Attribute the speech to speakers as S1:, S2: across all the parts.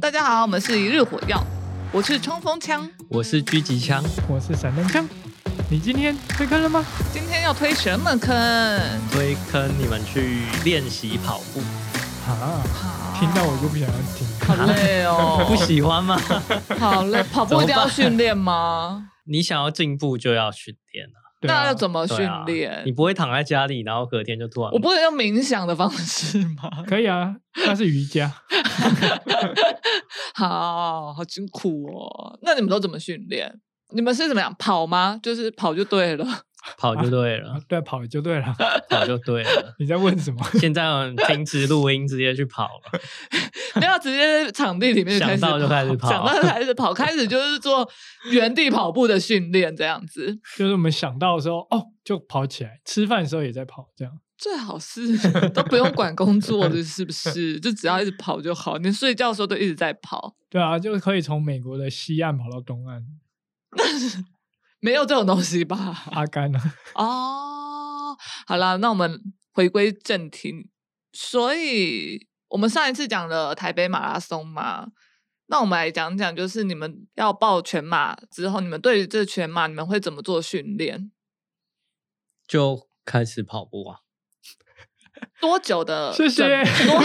S1: 大家好，我们是一日火药，我是冲锋枪，
S2: 我是狙击枪，
S3: 我是闪灯枪。你今天推坑了吗？
S1: 今天要推什么坑？
S2: 推坑你们去练习跑步，
S3: 啊，听到我就不想要听。
S1: 好累哦，
S2: 不喜欢吗？
S1: 好累，跑步一定要训练吗？
S2: 你想要进步就要训练啊，
S3: 对啊
S1: 那要怎么训
S2: 对啊
S1: 练？
S2: 你不会躺在家里，然后隔天就突然
S1: 我不能用冥想的方式吗？
S3: 可以啊，那是瑜伽。
S1: 好好辛苦哦。那你们都怎么训练？你们是怎么样跑吗？就是跑就对了。
S2: 跑就对了
S3: 啊，，对啊，跑了就对了。
S2: 跑就对了。
S3: 你在问什么？
S2: 现在我们停止录音，直接去跑 了。
S1: 不要直接在场地里面开始
S2: 想到就开始跑
S1: 想到就开始跑， 开始就是做原地跑步的训练，这样子
S3: 就是我们想到的时候，哦，就跑起来。吃饭的时候也在跑，这样。
S1: 最好是 都不用管工作的，是不是？就只要一直跑就好。你睡觉的时候都一直在跑，
S3: 对啊，就可以从美国的西岸跑到东岸。
S1: 没有这种东西吧？
S3: 阿甘啊，
S1: 哦，好啦，那我们回归正题。所以我们上一次讲了台北马拉松嘛，那我们来讲讲，就是你们要报全马之后，你们对于这全马你们会怎么做训练？
S2: 就开始跑步啊，
S1: 多久的
S3: 谢
S1: 准？
S3: 谢
S1: 多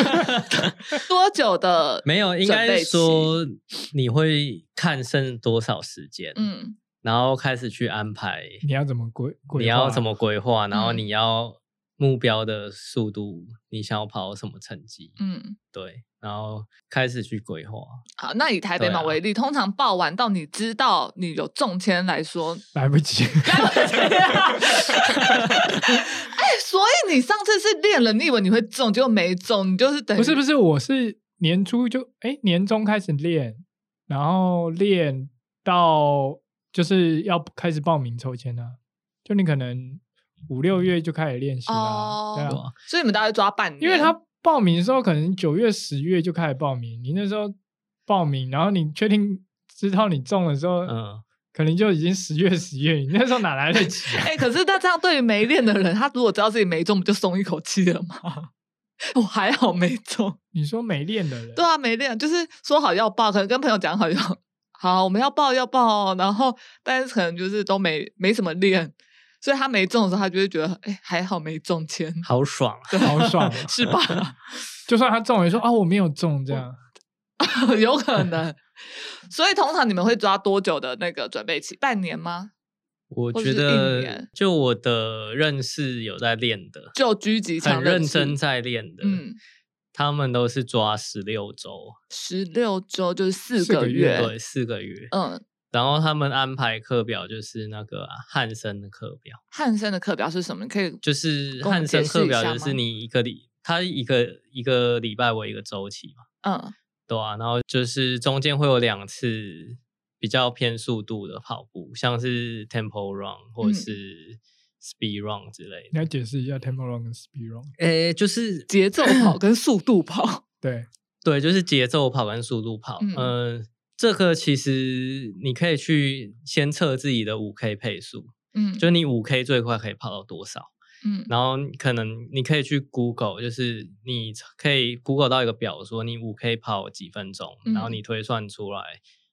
S1: 多久的？
S2: 没有，应该说你会看剩多少时间，
S1: 嗯，
S2: 然后开始去安排
S3: 你要怎么规？规
S2: 你
S3: 划
S2: 要怎么规划，然后
S1: 嗯
S2: 你要目标的速度，你想要跑什么成绩，
S1: 嗯，
S2: 对，然后开始去规划。
S1: 好，那以台北马
S2: 对啊
S1: 为例，通常报完到你知道你有中签来 说，
S3: 来不及？
S1: 哎，所以你上次是练了，你以为你会中，结果没中，你就是等于
S3: 不是不是，我是年初就哎年中开始练，然后练到就是要开始报名抽签啊，就你可能五六月就开始练习啦、
S1: 哦
S3: 对
S2: 对
S3: 啊
S2: 啊，
S1: 所以你们大概抓半年，
S3: 因为他报名的时候可能九月十月就开始报名，你那时候报名，然后你确定知道你中的时候，
S2: 嗯，
S3: 可能就已经十月十月，你那时候哪来 得及啊？
S1: 哎、可是他这样对于没练的人，他如果知道自己没中，不就松一口气了 吗？我还好没中，
S3: 你说没练的人，
S1: 对啊，没练，就是说好要报，可能跟朋友讲好要好，我们要报要报哦，然后但是可能就是都没没什么练，所以他没中的时候，他就会觉得哎、还好没中签，
S2: 好爽啊！
S3: 好爽啊、
S1: 是吧？
S3: 就算他中了，也说啊我没有中这样。
S1: 有可 能。所以通常你们会抓多久的那个准备期？半年吗？
S2: 我
S1: 或
S2: 觉
S1: 是一
S2: 得
S1: 年
S2: 就我的认识有在练的，
S1: 就狙击
S2: 很
S1: 场
S2: 认真，在练的，
S1: 嗯，
S2: 他们都是抓十六周，
S1: 十六周就是四
S3: 四
S1: 个
S3: 个月
S1: 月，
S2: 对，四个月，
S1: 嗯，
S2: 然后他们安排课表就是那个啊汉森的课表，
S1: 汉森的课表是什么？你可以
S2: 就是
S1: 跟我们
S2: 汉
S1: 解
S2: 森
S1: 释
S2: 课
S1: 一
S2: 表
S1: 下
S2: 就
S1: 吗
S2: 是你一个礼，它一个一个礼拜为一个周期嘛，
S1: 嗯
S2: 对啊，然后就是中间会有两次比较偏速度的跑步，像是 tempo run 或
S1: 嗯
S2: 是 speed run 之类
S3: 你
S2: 的，
S3: 要解释一下 tempo run 跟 speed run。
S2: 诶、就是
S1: 节奏 跑跟速度跑，
S3: 对，
S2: 对，就是节奏跑跟速度跑。
S1: 嗯
S2: 嗯、这个其实你可以去先测自己的五 K 配速，
S1: 嗯，
S2: 就你五 K 最快可以跑到多少，
S1: 嗯
S2: 然后你可能你可以去 Google，就是你可以 Google 到一个表，说你五 K 跑几分钟，然后
S1: 嗯
S2: 你推算出来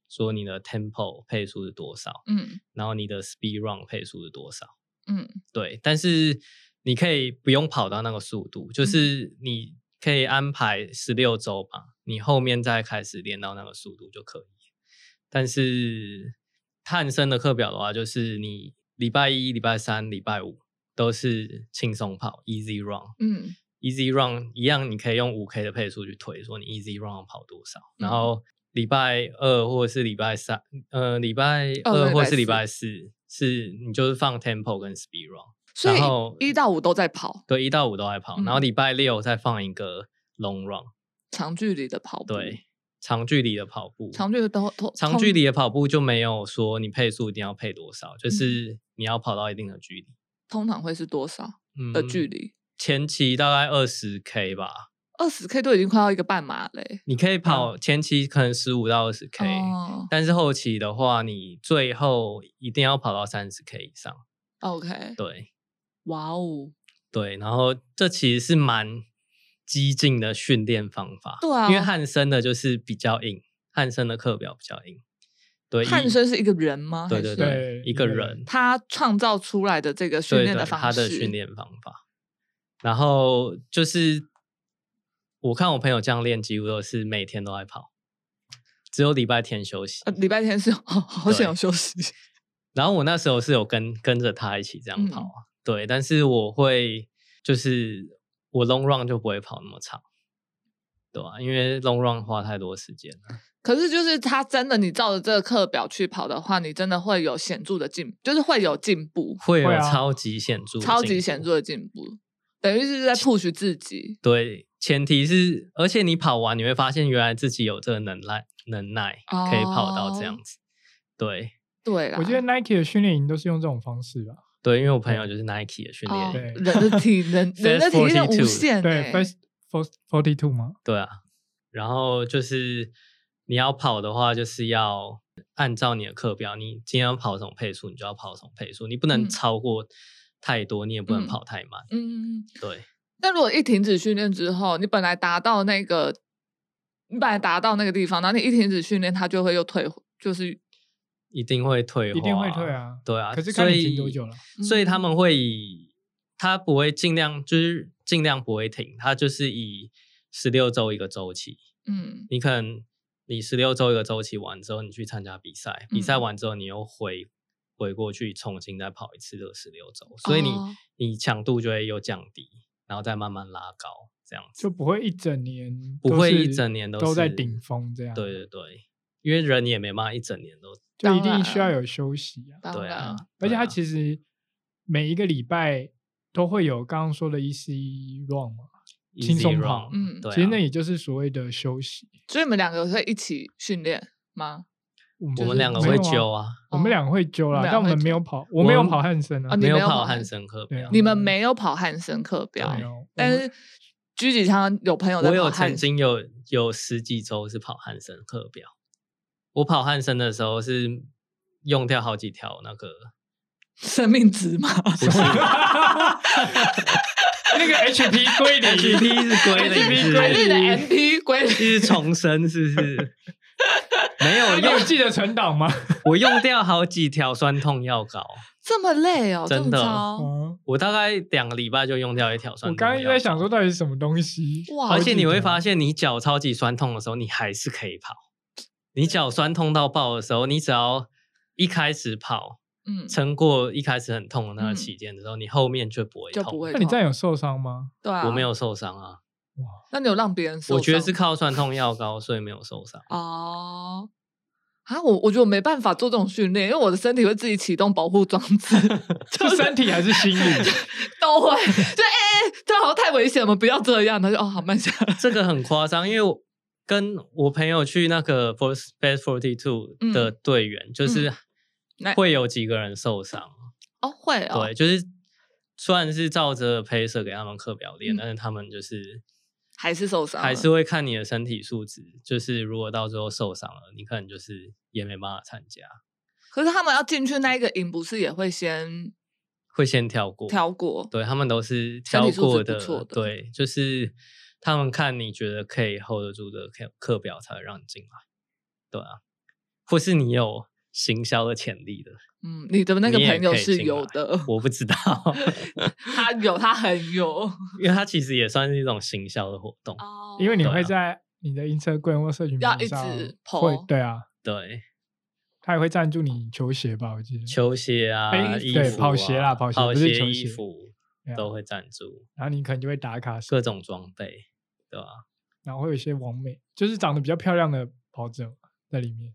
S2: 说你的 tempo 配速是多少，
S1: 嗯
S2: 然后你的 speed run 配速是多少。
S1: 嗯
S2: 对，但是你可以不用跑到那个速度，就
S1: 嗯
S2: 是你可以安排十六周吧，你后面再开始练到那个速度就可以。但是探生的课表的话，就是你礼拜一、礼拜三、礼拜五都是轻松跑 （easy run）。
S1: 嗯
S2: Easy Run 一样，你可以用五 K 的配速去推，说你 Easy Run 要跑多少。
S1: 嗯
S2: 然后礼拜二或者是礼拜三，呃，礼拜
S1: 二或
S2: 二
S1: 哦礼
S2: 或者
S1: 拜
S2: 是礼拜四，是你就是放 Tempo 跟 Speed Run，
S1: 所以
S2: 然后
S1: 一到五都在跑
S2: 对，一到五都在跑。
S1: 嗯
S2: 然后礼拜六再放一个 Long Run，
S1: 长距离的跑步，
S2: 对，，长距离的跑步。
S1: 长距离都都
S2: 长距离的啊跑步就没有说你配速一定要配多少，
S1: 嗯
S2: 就是你要跑到一定的距离。
S1: 通常会是多少
S2: 嗯
S1: 的距离？
S2: 前期大概二十 K 吧，
S1: 二十 K 都已经快要一个半马嘞，
S2: 你可以跑前期可能十五到二十 K，、
S1: 哦
S2: 但是后期的话，你最后一定要跑到三十 K 以上。
S1: ，OK，
S2: 对
S1: 哇哦，
S2: 对，然后这其实是蛮激进的训练方法。
S1: 对啊
S2: 因为汉森的就是比较硬，汉森的课表比较硬。对，
S1: 汉
S2: 以
S1: 森是一个人吗？
S2: 对
S1: 还
S2: 对
S1: 是
S3: 对
S2: 一
S3: 一
S2: 个
S3: 个
S2: 人
S3: 人
S1: 他创造出来的这个训
S2: 对
S1: 练的
S2: 对
S1: 方式，
S2: 他的训练方法。然后就是我看我朋友这样练，几乎都是每天都在跑，只有礼拜天休息。
S1: 呃，礼拜天是好好想有
S2: 对
S1: 休息，
S2: 然后我那时候是有跟跟着他一起这样
S1: 嗯
S2: 跑啊，对，但是我会就是我 long run 就不会跑那么长，对吧、因为 long run 花太多时间了，
S1: 可是就是他真的，你照着这个课表去跑的话，你真的会有显著的进，就是会有进步，
S2: 会有
S3: 会啊
S2: 超级显著、
S1: 超级显著。的进步，等于是在 push 自己。
S2: 对，前提是，而且你跑完你会发现，原来自己有这个能耐，能耐可以跑到这样
S1: 哦
S2: 子。对
S1: 对啊啦，
S3: 我觉得 Nike 的训练营都是用这种方式啊吧。
S2: 对，因为我朋友就是 Nike 的训练
S1: 哦
S2: 营，
S3: 对
S1: 人的体能，人的
S2: Fast
S1: 体能无
S2: 42
S1: 限、
S3: 对
S1: 欸。
S3: ，First Forty Forty Two 吗？
S2: 对啊，然后就是你要跑的话，就是要按照你的课表，你今天要跑什么配速，你就要跑什么配速，你不能
S1: 嗯
S2: 超过太多，你也不能跑太慢。
S1: 嗯，
S2: 对
S1: 但如果一停止训练之后，你本来达到那个，你本来达到那个地方，然后你一停止训练，它就会又退回，就是
S2: 一定会退化，
S3: 一定会退啊
S2: 对啊。
S3: 可是
S2: 所
S3: 看你
S2: 以
S3: 停多久了
S2: 所以他
S1: 嗯
S2: 们会以他不会尽量就是尽量不会停，他就是以十六周一个周期，
S1: 嗯
S2: 你可能你十六周一个周期完之后，你去参加比赛，比赛
S1: 嗯
S2: 完之后你又回回过去重新再跑一次这个十六周，所以你、
S1: 哦
S2: 你强度就会又降低，然后再慢慢拉高这样子
S3: 就，不会一整年
S2: 不
S3: 都
S2: 会一
S3: 是
S2: 整年都
S3: 都在
S2: 是
S3: 顶峰这样。
S2: 对对对，因为人也没办法一整年都
S3: 就一
S1: 当然
S3: 定需要有休息啊。
S1: 当
S2: 对啊
S1: 然，，
S3: 而且
S2: 对
S3: 它
S2: 啊
S3: 其实每一个礼拜都会有刚刚说的 EC run 嘛，轻
S2: easy
S3: 松
S2: run，
S3: 跑
S1: 嗯
S2: 对啊、
S3: 其实那也就是所谓的休息。
S1: 所以你们两个会一起训练吗？
S3: 我们
S2: 我们
S1: 是
S2: 两个
S3: 没
S2: 会
S3: 有啊
S2: 揪啊，
S3: 我们两个会揪
S1: 哦我
S3: 啦，
S1: 们两
S3: 但我
S1: 个会
S3: 们没有
S1: 揪
S3: 跑，我没有
S2: 我
S3: 跑汉森啊
S1: 啊，你
S2: 没有
S1: 没有
S2: 跑
S1: 跑
S2: 汉
S1: 汉
S2: 森课
S3: 对
S2: 表
S3: 啊，
S1: 你们没有跑汉森课表
S3: 没，有
S1: 但是狙击枪有朋友在
S2: 我有
S1: 跑汉
S2: 曾
S1: 森，
S2: 经有有十几周是跑汉森课表，我跑汉森的时候是用掉好几条那个，
S1: 生命值吗？
S2: 不是
S3: 那个 HP 归零，
S2: HP 是归零，是
S1: 还
S2: 不
S1: 是
S2: 是
S1: 你的 MP 归 零
S2: 一直重生是不 是？没有
S3: 你有
S2: 用，
S3: 记得存档吗？
S2: 我用掉好几条酸痛药膏，
S1: 这么累哦，
S2: 真
S1: 这么
S2: 的
S1: 糟
S3: 嗯，
S2: 我大概两个礼拜就用掉一条酸
S3: 我
S2: 痛药膏。
S3: 刚刚一直在想说到底是什么东西，
S1: 哇！
S2: 嗯而且你会发现，你脚超级酸痛的时候，你还是可以跑。你脚酸痛到爆的时候，你只要一开始跑，
S1: 嗯，
S2: 撑过一开始很痛的那个
S1: 嗯
S2: 期间的时候，你后面就不会
S1: 就
S2: 痛。
S1: 不会
S3: 那你这样有受伤吗？
S1: 对啊，
S2: 我没，有受伤啊，
S1: 那你有让别人受伤吗？
S2: 我觉得是靠酸痛药膏，所以没有受伤。
S1: 哦。啊，我我觉得我没办法做这种训练，因为我的身体会自己启动保护装置，就是
S3: 身体还是心理？
S1: 都会， 就哎、欸，这好像太危险了，我们不要这样。他就哦，好慢下来。
S2: 这个很夸张，因为我跟我朋友去那个 First Space Forty Two
S1: 嗯
S2: 的队员，就是
S1: 那
S2: 会有几个人受伤。
S1: 哦，会哦，
S2: 对，就是虽然是照着拍摄给他们课表练，
S1: 嗯
S2: 但是他们就是
S1: 还是受伤了，
S2: 还是会看你的身体素质。就是如果到最后受伤了，你可能就是也没办法参加，
S1: 可是他们要进去那一个营，不是也会先
S2: 会先跳过。
S1: 挑过？
S2: 对他们都是
S1: 身
S2: 挑
S1: 体素质
S2: 过
S1: 不
S2: 的，
S1: 错的
S2: 对，就是他们看你觉得可以 hold 得住的课课表才会让你进来，对啊，或是你有行销的潜力的，
S1: 嗯，你的那个
S2: 你也
S1: 朋友
S2: 可以
S1: 是
S2: 进
S1: 有
S2: 来
S1: 的，
S2: 我不知道，
S1: 他有，他很有
S2: 因为它其实也算是一种行销的活动，
S1: 哦
S3: 因为你
S2: 对啊
S3: 会在你的 Instagram 或社群
S1: 要
S3: 平
S1: 一
S3: 台上
S1: 直
S3: 会
S1: po
S3: 对啊，
S2: 对，
S3: 他也会赞助你球鞋吧？我记得，
S2: 球鞋啊，
S1: 哎
S2: 衣服、
S1: 对
S2: 啊、
S3: 跑鞋啦跑鞋
S2: 跑
S3: 不是球
S2: 衣
S3: 鞋
S2: 服
S3: 对啊
S2: 都会赞助，
S3: 然后你可能就会打卡，
S2: 各种装备，对啊吧、
S3: 然后会有一些网美，就是长得比较漂亮的跑者在里面。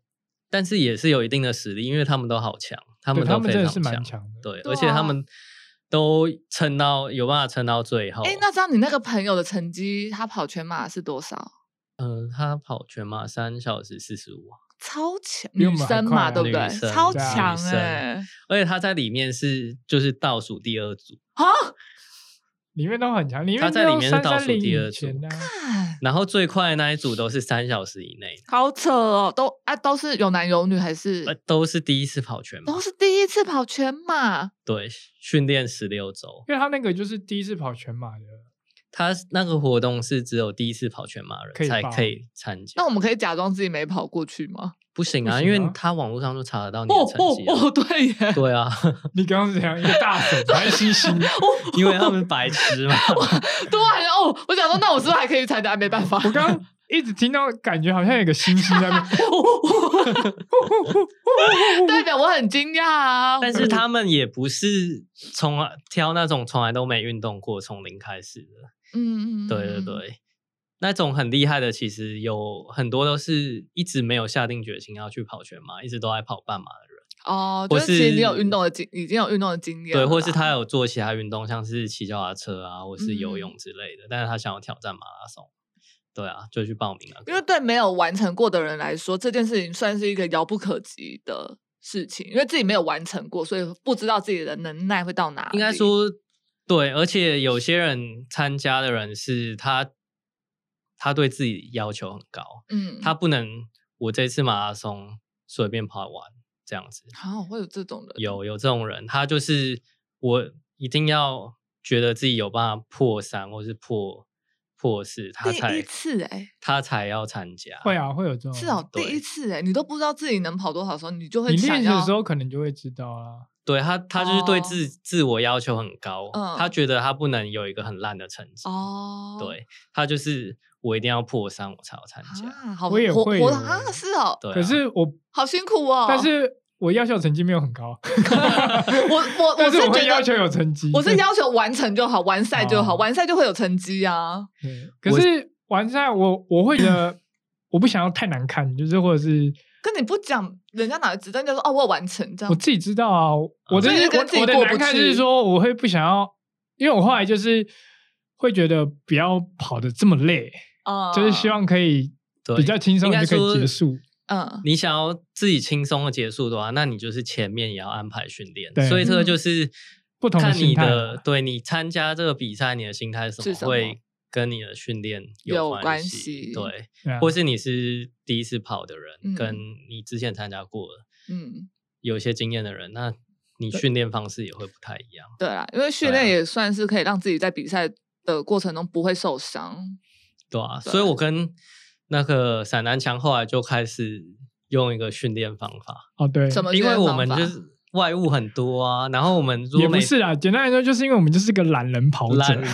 S2: 但是也是有一定的实力，因为他们都好强，他们
S3: 对他
S2: 都
S3: 们
S2: 非
S3: 真
S2: 常
S3: 的是蛮强的
S2: 对，
S1: 对
S2: 而且
S1: 啊
S2: 他们都撑到有办法撑到最后。啊
S1: 哎、那这样你那个朋友的成绩，他跑全马是多少？
S2: 嗯、他跑全马三小时四十五，啊
S1: 超强，
S3: 比我
S1: 女
S3: 们还
S1: 生
S3: 快
S1: 嘛，
S3: 啊
S1: 对不
S2: 女
S1: 对？
S2: 生
S1: 超
S3: 对啊
S1: 强
S2: 女生
S1: 哎、 欸！
S2: 而且他在里面是就是倒数第二组，
S1: 啊，
S3: 里面都很强，里面
S2: 他在里面是
S3: 三
S2: 倒
S3: 三
S2: 数
S3: 零
S2: 第二
S3: 以前
S2: 组
S3: 呢、啊，
S1: 看
S2: 然后最快的那一组都是三小时以内的，
S1: 好扯哦，都啊都是有男有女，还是、
S2: 呃，都是第一次跑全马
S1: 都，是第一次跑全马？
S2: 对，训练十六周，
S3: 因为他那个就是第一次跑全马的，
S2: 他那个活动是只有第一次跑全马
S3: 可
S2: 人
S3: 以
S2: 才
S3: 报
S2: 可以参加
S1: 啊那，我们可以假装自己没跑过去吗？
S2: 不行
S3: 不
S2: 啊，
S3: 行
S2: 因
S3: 啊
S2: 为他网络上就查得到你
S1: 哦
S2: 的成
S1: 哦
S2: 绩、啊
S1: 哦，对耶，
S2: 对啊，
S3: 你刚刚是怎样一个大手白兮兮？
S2: 因为他们白痴 嘛。
S1: 对啊，哦，我想说，那我是不是还可以参加？没办法，
S3: 我刚刚一直听到，感觉好像有个星星在那边。
S1: 代表我很惊讶啊。
S2: 但是他们也不是从来挑那种从来都没运动过、从零开始的。
S1: 嗯，嗯嗯，
S2: 对对
S1: 嗯，
S2: 对，那种很厉害的，其实有很多都是一直没有下定决心要去跑全马，一直都在跑半马的人。
S1: 哦，就
S2: 或
S1: 是其实
S2: 是
S1: 你有运动的经，已经有运动的经验了
S2: 对，
S1: 啦，
S2: 或是他有做其他运动，像是骑脚踏车啊，或是游
S1: 嗯
S2: 泳之类的，但是他想要挑战马拉松。对啊，就去报名了。
S1: 因为对没有完成过的人来说，这件事情算是一个遥不可及的事情，因为自己没有完成过，所以不知道自己的能耐会到哪里。
S2: 应该，说对，而且有些人参加的人是他，他对自己要求很高，
S1: 嗯，
S2: 他不能我这次马拉松随便跑完这样子。
S1: 好，会有这种人，
S2: 有有这种人，他就是我一定要觉得自己有办法破三或是破破四，他
S1: 第一
S2: 才
S1: 次欸
S2: 他才要参加。
S3: 会啊，会有这种。
S1: 是哦，第
S2: 对
S1: 一次哎，你都不知道自己能跑多少的时候，你就会
S3: 你
S1: 想
S3: 练习
S1: 要
S3: 的时候可能就会知道啊啦。
S2: 对他，他就是对
S1: 哦
S2: 自、自我要求很高，
S1: 嗯
S2: 他觉得他不能有一个很烂的成绩。
S1: 哦，
S2: 对他就是我一定要破三我才要参加。
S1: 啊，好，
S3: 我也
S1: 活
S3: 会
S1: 活
S3: 有
S1: 啊，是哦，
S2: 对啊、
S3: 可是我，
S1: 好辛苦哦。
S3: 但是我要求成绩没有很高，
S1: 我我
S3: 但
S1: 我
S3: 是
S1: 是
S3: 我会
S1: 觉
S3: 要
S1: 得。
S3: 求有成绩。
S1: 我是要求完成就好，完赛就好，
S3: 哦
S1: 完赛就会有成绩啊。
S3: 对，可是完赛我我会觉得我不想要太难看，就是或者是
S1: 跟你不讲，人家哪知道？人家说哦，我有完成这
S3: 我
S1: 样。
S3: 自己知道啊，我的
S1: 所以是跟自己
S3: 我我的
S1: 过不
S3: 难看就是
S1: 去
S3: 说我会不想要，因为我后来就是会觉得不要跑的这么累，
S1: 啊，
S3: 就是希望可以
S2: 对
S3: 比较轻松
S2: 应该
S3: 就可以
S2: 说
S3: 结束。
S1: 嗯，
S2: 你想要自己轻松的结束的话，那你就是前面也要安排训练
S3: 对。
S2: 所以这个
S1: 嗯
S2: 就是
S3: 不同的
S2: 看
S3: 心
S2: 你
S3: 态
S2: 的，
S3: 嘛
S2: 对你参加这个比赛，你的心态是什
S1: 是
S2: 么，
S1: 什么
S2: 会跟你的训练
S1: 有
S2: 关
S1: 关系
S2: 系。对，
S3: 对啊
S2: 或是你是第一次跑的人，
S1: 嗯
S2: 跟你之前参加过的
S1: 嗯，
S2: 有一些经验的人，那你训练方式也会不太一样。
S1: 对啦，因为训
S2: 对啊
S1: 练也算是可以让自己在比赛的过程中不会受伤。
S2: 对啊，
S1: 对
S2: 所以我跟那个散南强后来就开始用一个训练方法，
S3: 哦，对，
S1: 怎么训
S2: 因为
S1: 练
S2: 我
S1: 方
S2: 们
S1: 法
S2: 就是外物很多啊，然后我们如
S3: 也
S2: 果
S3: 不
S2: 每
S3: 是啊，简单来说，就是因为我们就是个懒人跑者
S2: 懒， 人，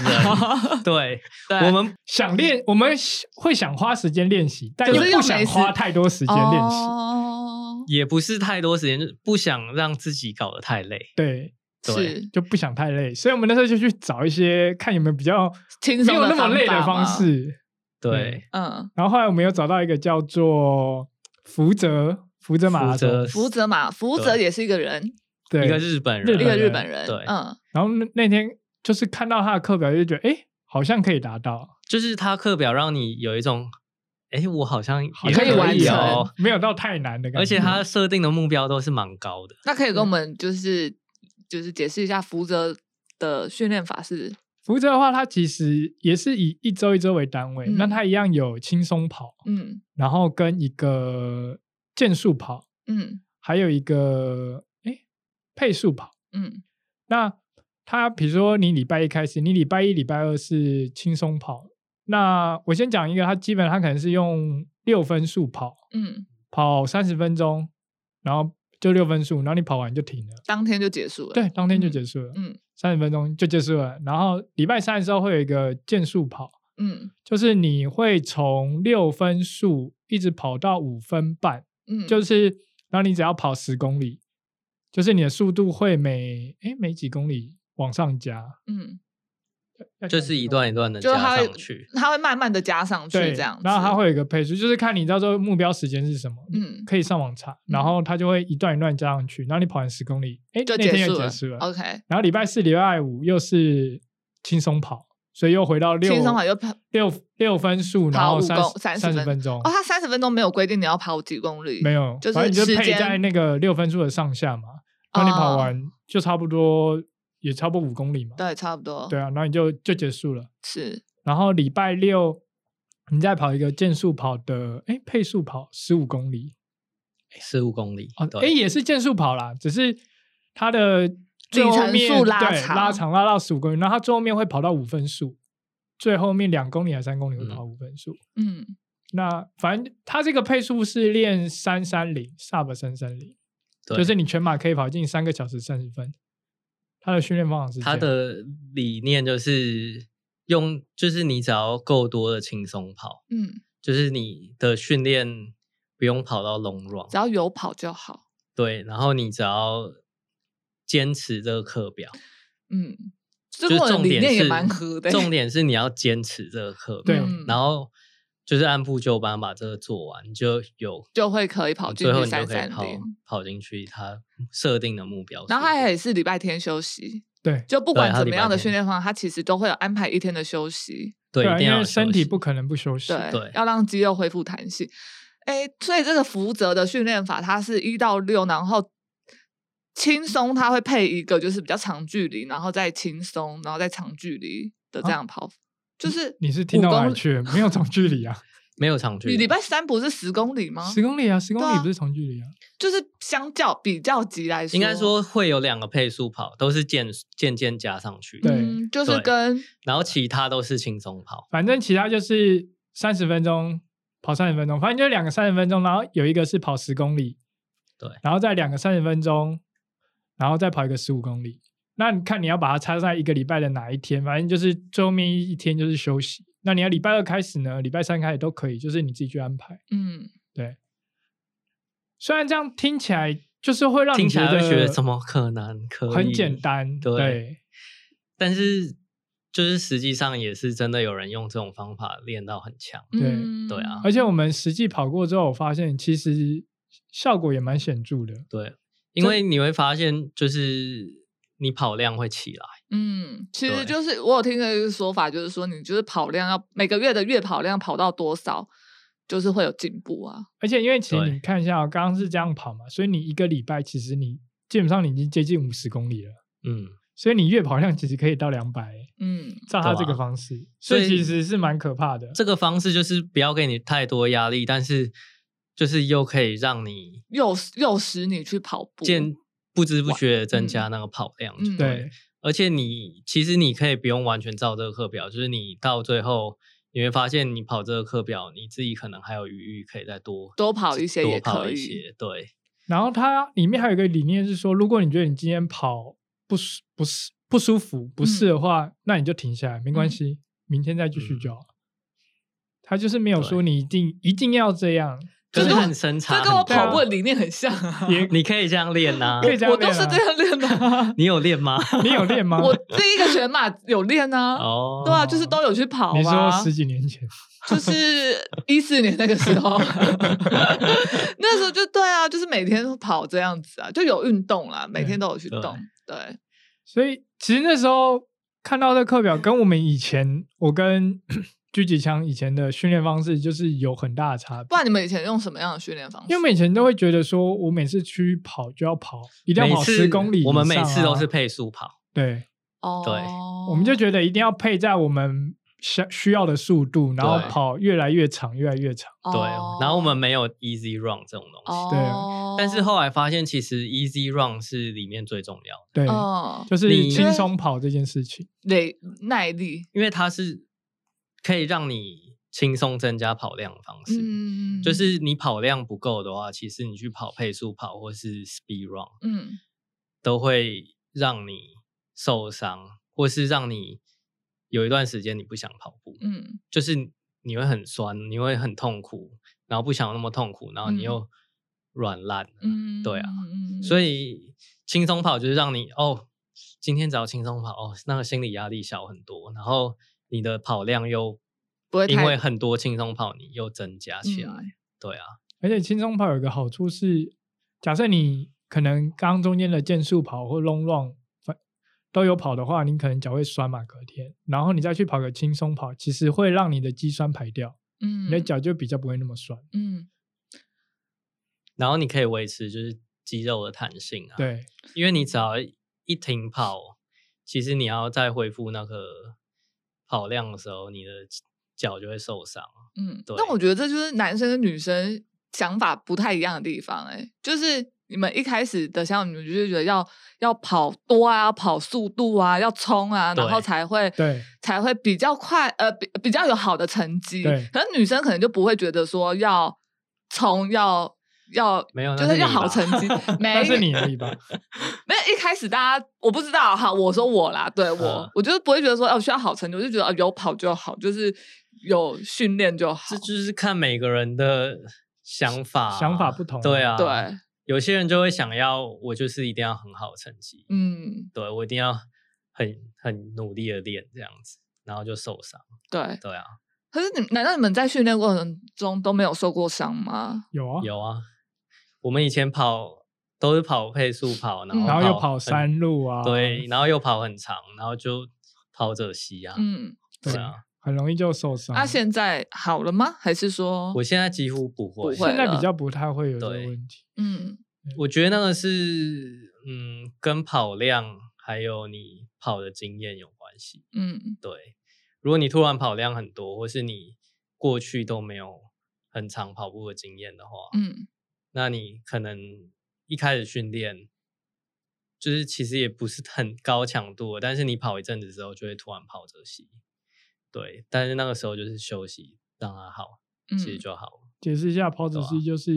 S2: 对
S1: 对
S2: 我们
S3: 想练，我们想会想花时间练习，但
S1: 可
S3: 又
S1: 是又
S3: 不
S1: 没
S3: 想
S1: 时
S3: 花太多时间练习。
S1: 哦，
S2: 也不是太多时间，就是不想让自己搞得太累。
S3: 对，
S2: 对
S1: 是
S3: 就不想太累，所以我们那时候就去找一些看有没有比较
S1: 轻
S3: 没
S1: 松
S3: 有那
S1: 法
S3: 么累的
S1: 嘛
S3: 方。式。
S2: 对，
S1: 嗯，
S3: 然后后来我们有找到一个叫做福泽福泽马拉
S2: 负责
S3: 松，
S1: 福泽嘛，福泽
S2: 对
S1: 也是一个人，
S3: 啊对
S2: 一，个日本
S3: 日
S2: 人，
S1: 一个日本
S3: 本
S1: 人。
S2: 对
S1: 嗯，
S3: 然后那那天就是看到他的课表，就觉得哎，好像可以达到，
S2: 就是他课表让你有一种，哎，我好像也
S3: 好
S1: 可
S3: 像
S1: 以完
S2: 以
S1: 成
S2: 哦。
S3: 没有到太难的感觉。嗯
S2: 而且他设定的目标都是蛮高的，
S1: 那可以跟我们就是就是解释一下福泽的训练法是
S3: 福泽的话，它其实也是以一周一周为单位，
S1: 嗯
S3: 那它一样有轻松跑，
S1: 嗯
S3: 然后跟一个健速跑，
S1: 嗯
S3: 还有一个哎配速跑。
S1: 嗯
S3: 那它比如说你礼拜一开始，你礼拜一、礼拜二是轻松跑。那我先讲一个，它基本它可能是用六分速跑，
S1: 嗯，
S3: 跑三十分钟，然后就六分速，然后你跑完就停了，
S1: 当天就结束了。
S3: 对，当天就结束了，
S1: 嗯，
S3: 三十分钟就结束了。然后礼拜三的时候会有一个渐速跑，
S1: 嗯
S3: 就是你会从六分速一直跑到五分半，
S1: 嗯，
S3: 就是然后你只要跑十公里，就是你的速度会每诶每几公里往上加，
S1: 嗯，
S3: 要
S2: 就
S3: 讲
S2: 是
S3: 几
S2: 一
S3: 公
S2: 段
S3: 里
S2: 一段的
S1: 就是
S2: 加
S1: 他会
S2: 上去。
S1: 他会慢慢的加上去
S3: 对
S1: 这样子，
S3: 然后它会有一个配速，就是看你到时候目标时间是什么，你
S1: 嗯
S3: 可以上网查，然后它就会一段一段加上去，然后你跑完十公里，哎，
S1: 就
S3: 那天
S1: 结
S3: 也
S1: 束
S3: 结
S1: 了。哦
S3: 束了。
S1: OK，
S3: 然后礼拜四、礼拜五又是轻松跑，所以又回到六哦
S1: 轻松跑又跑
S3: 六六分数，然
S1: 跑
S3: 后
S1: 五
S3: 三
S1: 公30
S3: 三
S1: 分
S3: 分钟
S1: 哦，他三十分钟没有规定你要跑几公里，
S3: 没有，
S1: 就是
S3: 反正你就
S1: 时
S3: 配
S1: 间哦
S3: 在那个六分数的上下嘛。然后你跑完就差不多也差不多五公里嘛。
S1: 对，差不多，
S3: 对，啊，然后你就就结束了。
S1: 是，
S3: 然后礼拜六你再跑一个健速跑的，哎，配速跑十五公里
S2: 十五公里
S3: 哦，哎，
S2: 对，
S3: 也是健速跑啦，只是它的最后
S1: 里程
S3: 面
S1: 数拉
S3: 对
S1: 长
S3: 拉长拉到十五公里，然后它最后面会跑到五分数。最后面两公里还是三公里会跑五分速。
S1: 嗯，
S3: 那反正它这个配速是练三三零 sub 三三零，
S2: 对
S3: 就是你全马可以跑进三个小时三十分。它的训练方法是这
S2: 他
S3: 样
S2: 的理念就是用，就是你只要够多的轻松跑，
S1: 嗯，
S2: 就是你的训练不用跑到 long
S1: 只
S2: run，
S1: 要有跑就好。
S2: 对，然后你只要坚持这个课表，
S1: 嗯，这跟
S2: 就是
S1: 我的
S2: 重
S1: 理
S2: 点
S1: 念也
S2: 是
S1: 蛮合的欸。嗯
S2: 重点是你要坚持这个课
S3: 对
S2: 表，然后就是按部就班把这个做完，你就有嗯
S1: 就会可以跑进
S2: 最
S1: 去
S2: 后你就可以
S1: 330
S2: 跑跑进去他设定的目标速度。
S1: 然后他也是礼拜天休息，
S3: 对
S1: 就不管
S2: 对他
S1: 怎
S2: 礼
S1: 么
S2: 拜
S1: 样的
S2: 天
S1: 训练方法，他其实都会有安排一天的休息，
S2: 对，
S3: 啊
S2: 一定
S3: 因
S2: 要
S3: 为
S2: 有
S3: 身
S2: 休
S3: 体
S2: 息
S3: 不可能不休息。
S1: 对，
S2: 对
S1: 要让肌肉恢复弹性。哎，所以这个福泽的训练法，它是一到六，然后轻松，它会配一个就是比较长距离，然后再轻松，然后再长距离的这
S3: 啊
S1: 样跑，
S2: 嗯
S1: 就是
S3: 你是听
S1: 五
S3: 到哪
S1: 公
S3: 里去了？没有长距离啊，
S2: 没有长距
S1: 你
S2: 离，
S1: 礼拜三不是十公里吗？
S3: 十公里啊，十公
S1: 对
S3: 里
S1: 啊
S3: 不是长距离啊。
S1: 就是相较比较级来说，
S2: 应该说会有两个配速跑，都是渐渐渐加上去的，
S3: 对
S1: 嗯，就是
S2: 对
S1: 跟
S2: 然后其他都是轻松跑。
S3: 反正其他就是三十分钟跑三十分钟，反正就两个三十分钟，然后有一个是跑十公里，
S2: 对
S3: 然后再两个三十分钟，然后再跑一个十五公里。那你看你要把它插在一个礼拜的哪一天，反正就是最后面一天就是休息。那你要礼拜二开始呢，礼拜三开始都可以，就是你自己去安排。
S1: 嗯，
S3: 虽然这样听起来就是会让你
S2: 听起来
S3: 得
S2: 会觉得怎么可能可以
S3: 很简单，
S2: 对
S3: 对
S2: 但是就是实际上也是真的有人用这种方法练到很强。
S3: 对
S1: 嗯
S2: 对啊
S3: 而且我们实际跑过之后，我发现其实效果也蛮显著的。
S2: 对，因为你会发现就是你跑量会起来，
S1: 嗯，其实
S2: 对
S1: 就是我有听过一个说法，就是说你就是跑量要每个月的月跑量跑到多少，就是会有进步啊。
S3: 而且因为其实
S2: 对
S3: 你看一下、哦，刚刚是这样跑嘛，所以你一个礼拜其实你基本上你已经接近五十公里了，
S2: 嗯，
S3: 所以你月跑量其实可以到两百，
S1: 嗯，
S3: 照他
S2: 对啊
S3: 这个方式，所
S2: 所
S3: 以
S2: 以
S3: 其实是蛮可怕的。
S2: 这个方式就是不要给你太多压力，但是就是又可以让你
S1: 诱诱使你去跑步，
S2: 渐不知不觉地增加那个跑量。
S1: 嗯
S3: 对，
S2: 而且你其实你可以不用完全照这个课表，就是你到最后你会发现，你跑这个课表，你自己可能还有余裕可以再多
S1: 多跑一些也
S2: 多跑
S1: 可
S2: 一
S1: 以
S2: 些。对，
S3: 然后它里面还有一个理念是说，如果你觉得你今天跑不舒不适不舒服不适的话，那你就停下来，没关系，明天再继续就好。他就是没有
S2: 对
S3: 说你一定一定要这样，
S1: 这
S2: 就是
S1: 跟我
S2: 看身材
S1: 这
S2: 很
S1: 跟
S2: 重要，
S1: 我跑步的理念很像啊。
S3: 也
S2: 你可以这样练呐、，
S3: 可以这样
S1: 我都
S3: 练
S1: 是
S3: 啊
S1: 这样练的
S2: 你有练吗？
S3: 你有练吗？
S1: 我第一个全马有练啊，
S2: 哦，
S1: 对啊，就是都有去跑
S3: 你说
S1: 啊
S3: 十，几年前，
S1: 就是一四年那个时 候，那时候就对啊，就是每天都跑这样子啊，就有运动啦，每天都有去
S2: 嗯对
S1: 动，对，
S3: 所以其实那时候看到这课表，跟我们以前我跟 狙击枪以前的训练方式，就是有很大的差别
S1: 不。然你们以前用什么样的训练方式？
S3: 因为我们以前都会觉得说，我每次去跑就要跑，一定要
S2: 每
S3: 跑
S2: 次
S3: 十公里以上啊、
S2: 我们每次都是配速跑，
S3: 对，
S1: 哦，
S2: 对
S3: 我们就觉得一定要配在我们需需要的速度，然后
S2: 对
S3: 跑越来越长，越来越长。
S1: 得
S2: 对，
S3: 哦
S2: 然后我们没有 easy run 这种东西。
S1: 哦，
S3: 对
S2: 但是后来发现，其实 easy run 是里面最重要的，
S3: 对，
S1: 嗯，
S3: 就是
S2: 你
S3: 轻松跑这件事情。
S1: 得耐力，
S2: 因为它是可以让你轻松增加跑量的方式。
S1: 嗯，
S2: 就是你跑量不够的话，其实你去跑配速跑或是 speed run，
S1: 嗯
S2: 都会让你受伤，或是让你有一段时间你不想跑步，
S1: 嗯
S2: 就是你会很酸，你会很痛苦，然后不想那么痛苦，然后你又软烂了。
S1: 嗯，
S2: 对啊
S1: 嗯，
S2: 所
S1: 以
S2: 以轻松跑就是让你哦，今天只要轻松跑哦，那个心理压力小很多，然后你的跑量又
S1: 不会太
S2: 因为很多轻松跑你又增加起来。
S1: 嗯
S2: 对啊，
S3: 而且轻松跑有一个好处是，假设你可能刚中间的渐速跑或 long run 反都有跑的话，你可能脚会酸嘛，隔天，然后你再去跑个轻松跑，其实会让你的肌酸排掉，
S1: 嗯
S3: 你的脚就比较不会那么
S2: 啊
S3: 酸。
S1: 嗯
S2: 然后你可以维持就是肌肉的弹性啊。，
S3: 对，
S2: 因为你只要一停跑，其实你要再恢复那个跑量的时候，你的脚就会受伤。
S1: 嗯，
S2: 对
S1: 但我觉得这就是男生跟女生想法不太一样的地方，哎，就是你们一开始的项目，你们就是觉得要要跑多啊，要跑速度啊，要冲啊，然后
S2: 对
S1: 才会
S3: 对
S1: 才会比较快，呃，比比较有好的成绩
S3: 对。
S1: 可是女生可能就不会觉得说要冲要。要
S2: 没有那
S1: 就是要
S2: 你
S1: 好
S2: 吧
S1: 成 绩，没
S3: 那是你而已吧？
S1: 没有一开始大家我不知道哈，我说我啦，对我、
S2: 嗯
S1: 我就是不会觉得说哦需要好成绩，我就觉得、哦、有跑就好，就是有训练就好
S2: 这。就是看每个人的想法啊，
S3: 想法不同啊
S2: 对啊，
S1: 对，
S2: 有些人就会想要，我就是一定要很好的成绩，
S1: 嗯，
S2: 对我一定要很很努力的练这样子，然后就受伤，
S1: 对。
S2: 对啊，
S1: 可是你难道你们在训练过程中都没有受过伤吗？
S3: 有啊，
S2: 有啊，我们以前跑都是跑配速跑，然
S1: 嗯
S2: 后
S3: 然后又跑
S2: 很
S3: 山路啊，
S2: 对，，然后又跑很长，然后就跑者膝啊，
S1: 嗯，
S2: 对
S3: 对
S2: 啊，
S3: 很容易就受伤。
S1: 那、啊现在好了吗？还是说，
S2: 我现在几乎不会，
S1: 不会
S3: 现在
S1: 了
S3: 比较不太会有这个
S2: 对
S3: 问题。
S1: 嗯
S2: 我觉得那个是嗯，跟跑量还有你跑的经验有关系。
S1: 嗯
S2: 对，如果你突然跑量很多，或是你过去都没有很长跑步的经验的话，
S1: 嗯
S2: 那你可能一开始训练就是其实也不是很高强度的，但是你跑一阵子之后就会突然跑折膝。对，但是那个时候就是休息，让它好，
S1: 嗯，
S2: 其实就好了。
S3: 解释一下，跑者
S2: 对啊
S3: 膝就是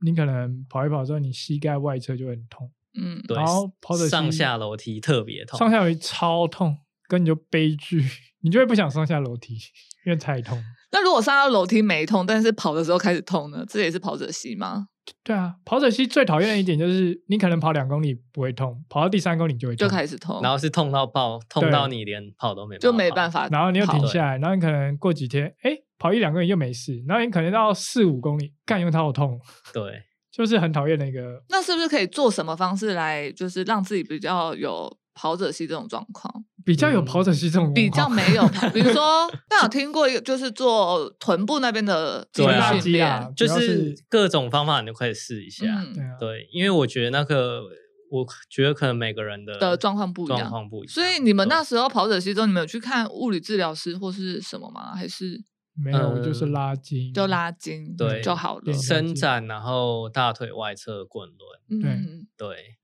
S3: 你可能跑一跑之后，你膝盖外侧就会很痛，
S1: 嗯
S2: 对
S3: 然后跑者膝
S2: 上下楼梯特别痛，
S3: 上下楼梯超痛，跟你就悲剧， 你就会不想上下楼梯， 因为太痛。
S1: 那如果上到楼梯没痛，但是跑的时候开始痛呢？这也是跑者膝吗？
S3: 对啊，跑者膝最讨厌的一点就是，你可能跑两公里不会痛，跑到第三公里就会
S1: 就
S3: 痛，
S1: 开始痛，
S2: 嗯然后是痛到爆，痛到
S3: 对
S2: 你连跑都没
S1: 哦就没
S2: 办
S1: 办
S2: 法
S1: 法，
S3: 然后你又停
S1: 跑
S3: 下来，然后你可能过几天，哎，跑一两公里又没事，然后你可能到四五公里，干又它好痛，
S2: 跑。对，
S3: 就是很讨厌的一个。
S1: 那是不是可以做什么方式来，就是让自己比较有跑者膝这种状况，
S3: 比较有
S2: 嗯
S3: 跑者膝这种文化，
S1: 比较没有跑？比 如说，但有听过一个，就是做臀部那边的
S2: 对啊
S1: 臀训
S3: 肌啊
S1: 练，
S2: 就
S3: 主要
S2: 是
S3: 是
S2: 各种方法你都可以试一下。
S3: 对
S1: 嗯，
S3: 啊，
S2: 对，因为我觉得那个，我觉得可能每个人的
S1: 的状况不一样
S2: 状况不一样。
S1: 所以你们
S2: 对
S3: 嗯
S1: 那时候跑者膝之后，你们有去看物理治疗师或是什么吗？还是
S3: 没有，我就是
S2: 呃
S3: 拉筋，
S1: 嗯就拉筋
S2: 对
S1: 就好了
S3: 练？习
S2: 伸展，然后大腿外侧滚轮，
S1: 嗯，
S2: 对，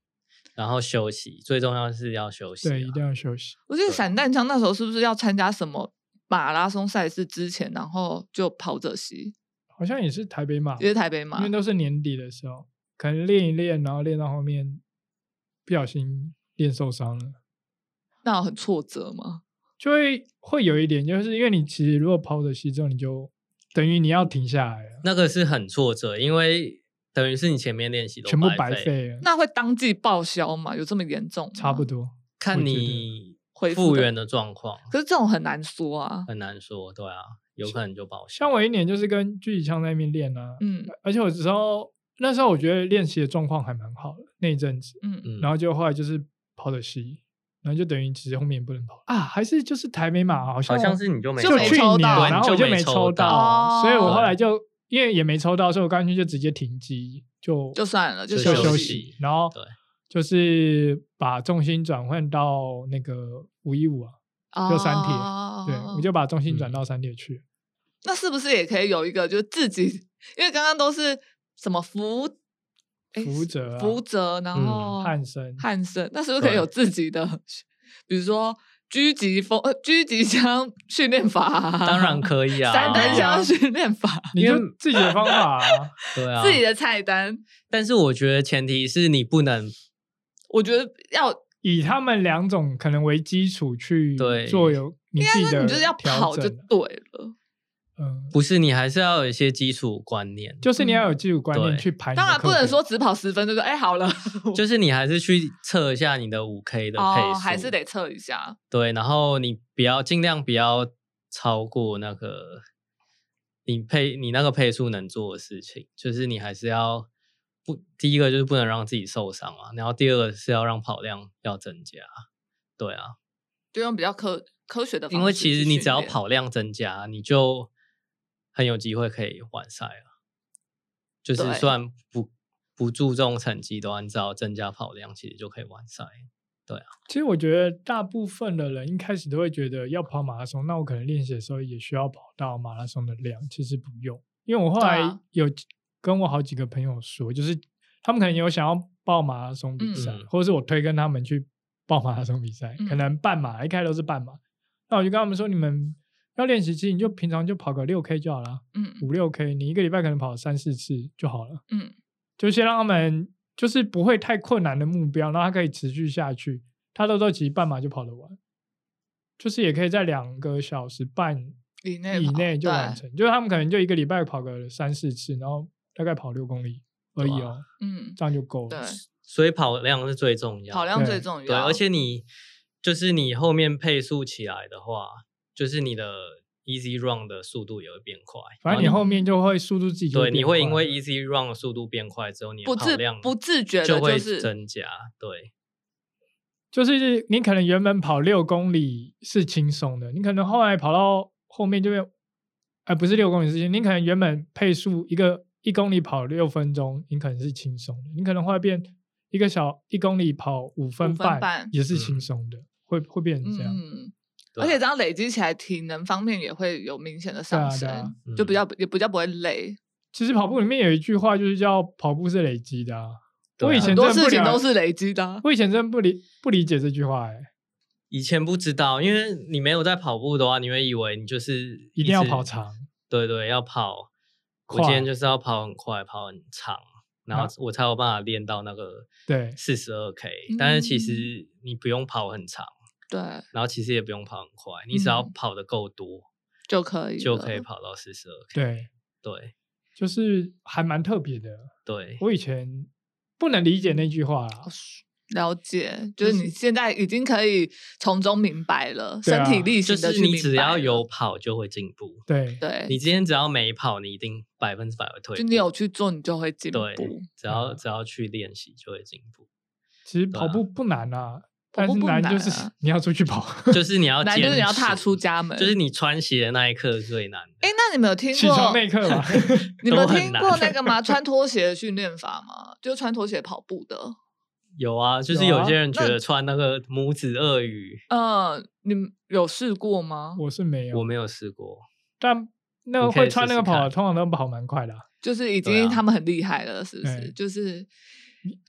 S2: 然后休息，最重要是要休息、啊。
S3: 对，一定要休息。
S1: 我记得散弹枪那时候是不是要参加什么马拉松赛事之前，然后就跑者膝，
S3: 好像也是台北马，
S1: 也是台北马
S3: 啊因为，都是年底的时候，可能练一练，然后练到后面不小心练受伤了，
S1: 那有很挫折吗？
S3: 就会会有一点，就是因为你其实如果跑者膝之后，你就等于你要停下来了，
S2: 那个是很挫折，因为等于是你前面练习都
S3: 全部白
S2: 白
S3: 费了，
S1: 那会当季报销吗？有这么严重吗？
S3: 差不多。
S2: 看
S3: 我觉得
S2: 你
S1: 恢复
S2: 复
S1: 的
S2: 原的状况
S1: 可是这种很难说啊。
S2: 很难说，对啊，有可能就报销。
S3: 像我一年就是跟聚体枪那边练啊，
S1: 嗯
S3: 而且我之后那时候我觉得练习的状况还蛮好的那一阵子，
S1: 嗯，
S2: 嗯
S3: 然后就后来就是跑者膝，然后就等于其实后面也不能跑啊，还是就是台美马好像
S2: 好像是你就没
S1: 就
S3: 就
S1: 没
S3: 去
S1: 抽
S3: 年，啊
S1: 到
S3: 然后我
S2: 就
S3: 就
S2: 没
S3: 没
S2: 抽
S3: 抽
S2: 到
S1: 哦
S3: 所以我后来就因为也没抽到，所以我干脆就直接停机，就
S1: 就算了，就
S2: 就
S3: 就
S2: 休
S3: 休
S2: 息
S3: 息，然后
S2: 对
S3: 就是把重心转换到那个五一五啊，就删帖
S1: 哦
S3: 对我就把重心转
S2: 嗯
S3: 到三铁去，
S1: 那是不是也可以有一个，就是自己，因为刚刚都是什么福诶
S3: 福泽啊
S1: 福泽，然
S2: 嗯
S1: 后
S3: 汉森
S1: 汉森，那是不是可以
S2: 对
S1: 有自己的，比如说狙击风、呃狙击枪训练法啊，
S2: 当然可以 啊，
S1: 散弹
S3: 可以啊
S1: 枪训练法，
S3: 你
S2: 因
S3: 就
S2: 为
S3: 自己的方法啊，
S2: 对啊，
S1: 自己的菜单，
S2: 但是我觉得前提是你不能
S1: 我觉得要
S3: 以他们两种可能为基础去
S2: 对
S3: 做有你
S1: 应
S3: 自
S1: 该
S3: 己
S1: 说
S3: 的
S1: 你就是要
S3: 调
S1: 跑就
S3: 整啊，
S1: 对了。
S3: 嗯，
S2: 不是你还是要有一些基础观念，
S3: 就是你要有基础观念
S2: 对
S3: 去排你
S1: 嗯
S3: 的
S1: 当
S3: 课表，
S1: 然不能说只跑十分钟就哎好了，
S2: 就是你还是去测一下你的五 K 的配速，
S1: 哦还是得测一下。
S2: 对，然后你不要尽量不要超过那个你配你那个配速能做的事情，就是你还是要不第一个就是不能让自己受伤嘛，然后第二个是要让跑量要增加，对啊，
S1: 就用比较科科学的方式去训练。
S2: 因为其实你只要跑量增加，你就很有机会可以完赛了。就是
S1: 对
S2: 虽然不不注重成绩的话，你只要增加跑量，其实就可以完赛。
S3: 其实我觉得大部分的人一开始都会觉得要跑马拉松，那我可能练习的时候也需要跑到马拉松的量，其实不用，因为我后
S1: 对
S3: 来
S1: 啊
S3: 有几跟我好几个朋友说，就是他们可能有想要报马拉松比赛，
S2: 嗯
S3: 或者是我推跟他们去报马拉松比赛，可
S1: 嗯
S3: 能半马，一开始都是半马。那我就跟他们说，你们要练习，其实你就平常就跑个六 K 就好了，
S1: 嗯
S3: 五六 K，你一个礼拜可能跑三四次就好了。
S1: 嗯，
S3: 就先让他们就是不会太困难的目标，然后他可以持续下去。他都都其实半马就跑得完，就是也可以在两个小时半
S1: 以内
S3: 以
S1: 跑
S3: 内就
S1: 对
S3: 完成。就是他们可能就一个礼拜跑个三四次，然后大概跑六公里而已哦，
S1: 嗯，
S3: 这样就够
S1: 对
S3: 了。，
S2: 所以跑量是最重要的。
S1: 跑量最
S3: 对
S1: 重要，
S2: 对，而且你就是你后面配速起来的话，就是你的 easy run 的速度也会变快。
S3: 反正你
S2: 然后
S3: 后面就会速度自己就
S2: 对你
S3: 变
S2: 会
S3: 快
S2: 因为
S3: 了
S2: easy run 的速度变快之后，你的
S1: 不
S2: 跑
S1: 自
S2: 量
S1: 不自觉的
S2: 就会
S1: 是
S2: 增加。对，
S3: 就是你可能原本跑六公里是轻松的，你可能后来跑到后面就变，哎、不是六公里是轻，你可能原本配速一个一公里跑六分钟，你可能是轻松的，你可能后来变一个小一公里跑五分
S1: 五分半
S3: 也是
S2: 嗯
S3: 轻松的，会会变成这样。
S1: 嗯，
S2: 对
S1: 而且
S2: 啊
S1: 这样累积起来，体能方面也会有明显的上
S3: 对
S1: 升，
S3: 啊对啊
S1: 就比
S2: 嗯
S1: 较也比较不会累。
S3: 其实跑步里面有一句话就是叫跑步是累积的啊，
S2: 对
S3: 我以
S2: 啊
S3: 前
S1: 很多
S3: 真的不
S1: 事情
S3: 了
S1: 都是累积的啊。
S3: 我以前真的不理不理解这句话、哎，
S2: 以前不知道，因为你没有在跑步的话，你会以为你就是
S3: 一定要
S2: 直
S3: 跑长。
S2: 对对，要跑。我
S3: 快
S2: 今天就是要跑很快，跑很长，然后
S3: 那
S2: 我才有办法练到那个
S3: 对
S2: 四十二 K。但是其
S1: 嗯
S2: 实你不用跑很长，
S1: 对，
S2: 然后其实也不用跑很快，你只要
S1: 嗯
S2: 跑得够多，
S1: 就可以
S2: 就可以
S1: 了
S2: 跑到四十二 K。
S3: 对，
S2: 对
S3: 就是还蛮特别的。
S2: 对
S3: 我以前不能理解那句话啦，
S1: 了解，
S3: 就
S1: 就是你
S3: 是
S1: 现在已经可以从中明白了，
S3: 对
S1: 身
S3: 啊
S1: 体力
S2: 就
S1: 行的
S2: 是
S1: 去
S2: 你
S1: 明白了。
S2: 只要有跑就会进步。
S3: 对
S1: 对，
S2: 你今天只要没跑，你一定百分之百会退步。
S1: 就你有去做，你就会进步。
S2: 对，只要
S3: 嗯
S2: 只要去练习就会进步。
S3: 其实
S2: 对
S3: 跑
S2: 啊
S3: 步不难啊，
S1: 跑
S3: 但
S1: 步
S3: 是
S1: 不
S3: 难就是
S1: 难啊
S3: 你要出去跑，
S2: 就是你要
S1: 难就是你要
S2: 坚
S1: 踏
S2: 持
S1: 出家门。
S2: 就是你穿鞋的那一刻最难的。
S1: 哎，那你们有听
S3: 起
S1: 过
S3: 床那一刻 吧。
S1: 你们有
S2: 都很
S1: 听
S2: 难
S1: 过那个 吗？穿拖鞋的训练法吗？就是穿拖鞋跑步的。
S2: 有啊，就是
S3: 有啊
S2: 有些人觉
S1: 那
S2: 得穿那个拇指鳄鱼，
S1: 嗯，你们有试过吗？
S3: 我是没有，
S2: 我没有试过。
S3: 但那个
S2: 你可以
S3: 会穿那个
S2: 试试
S3: 跑的，
S2: 看
S3: 通常都跑蛮快的啊、
S1: 就是已
S2: 对啊哎
S1: 经他们很厉害了，是不是？
S3: 对
S1: 就是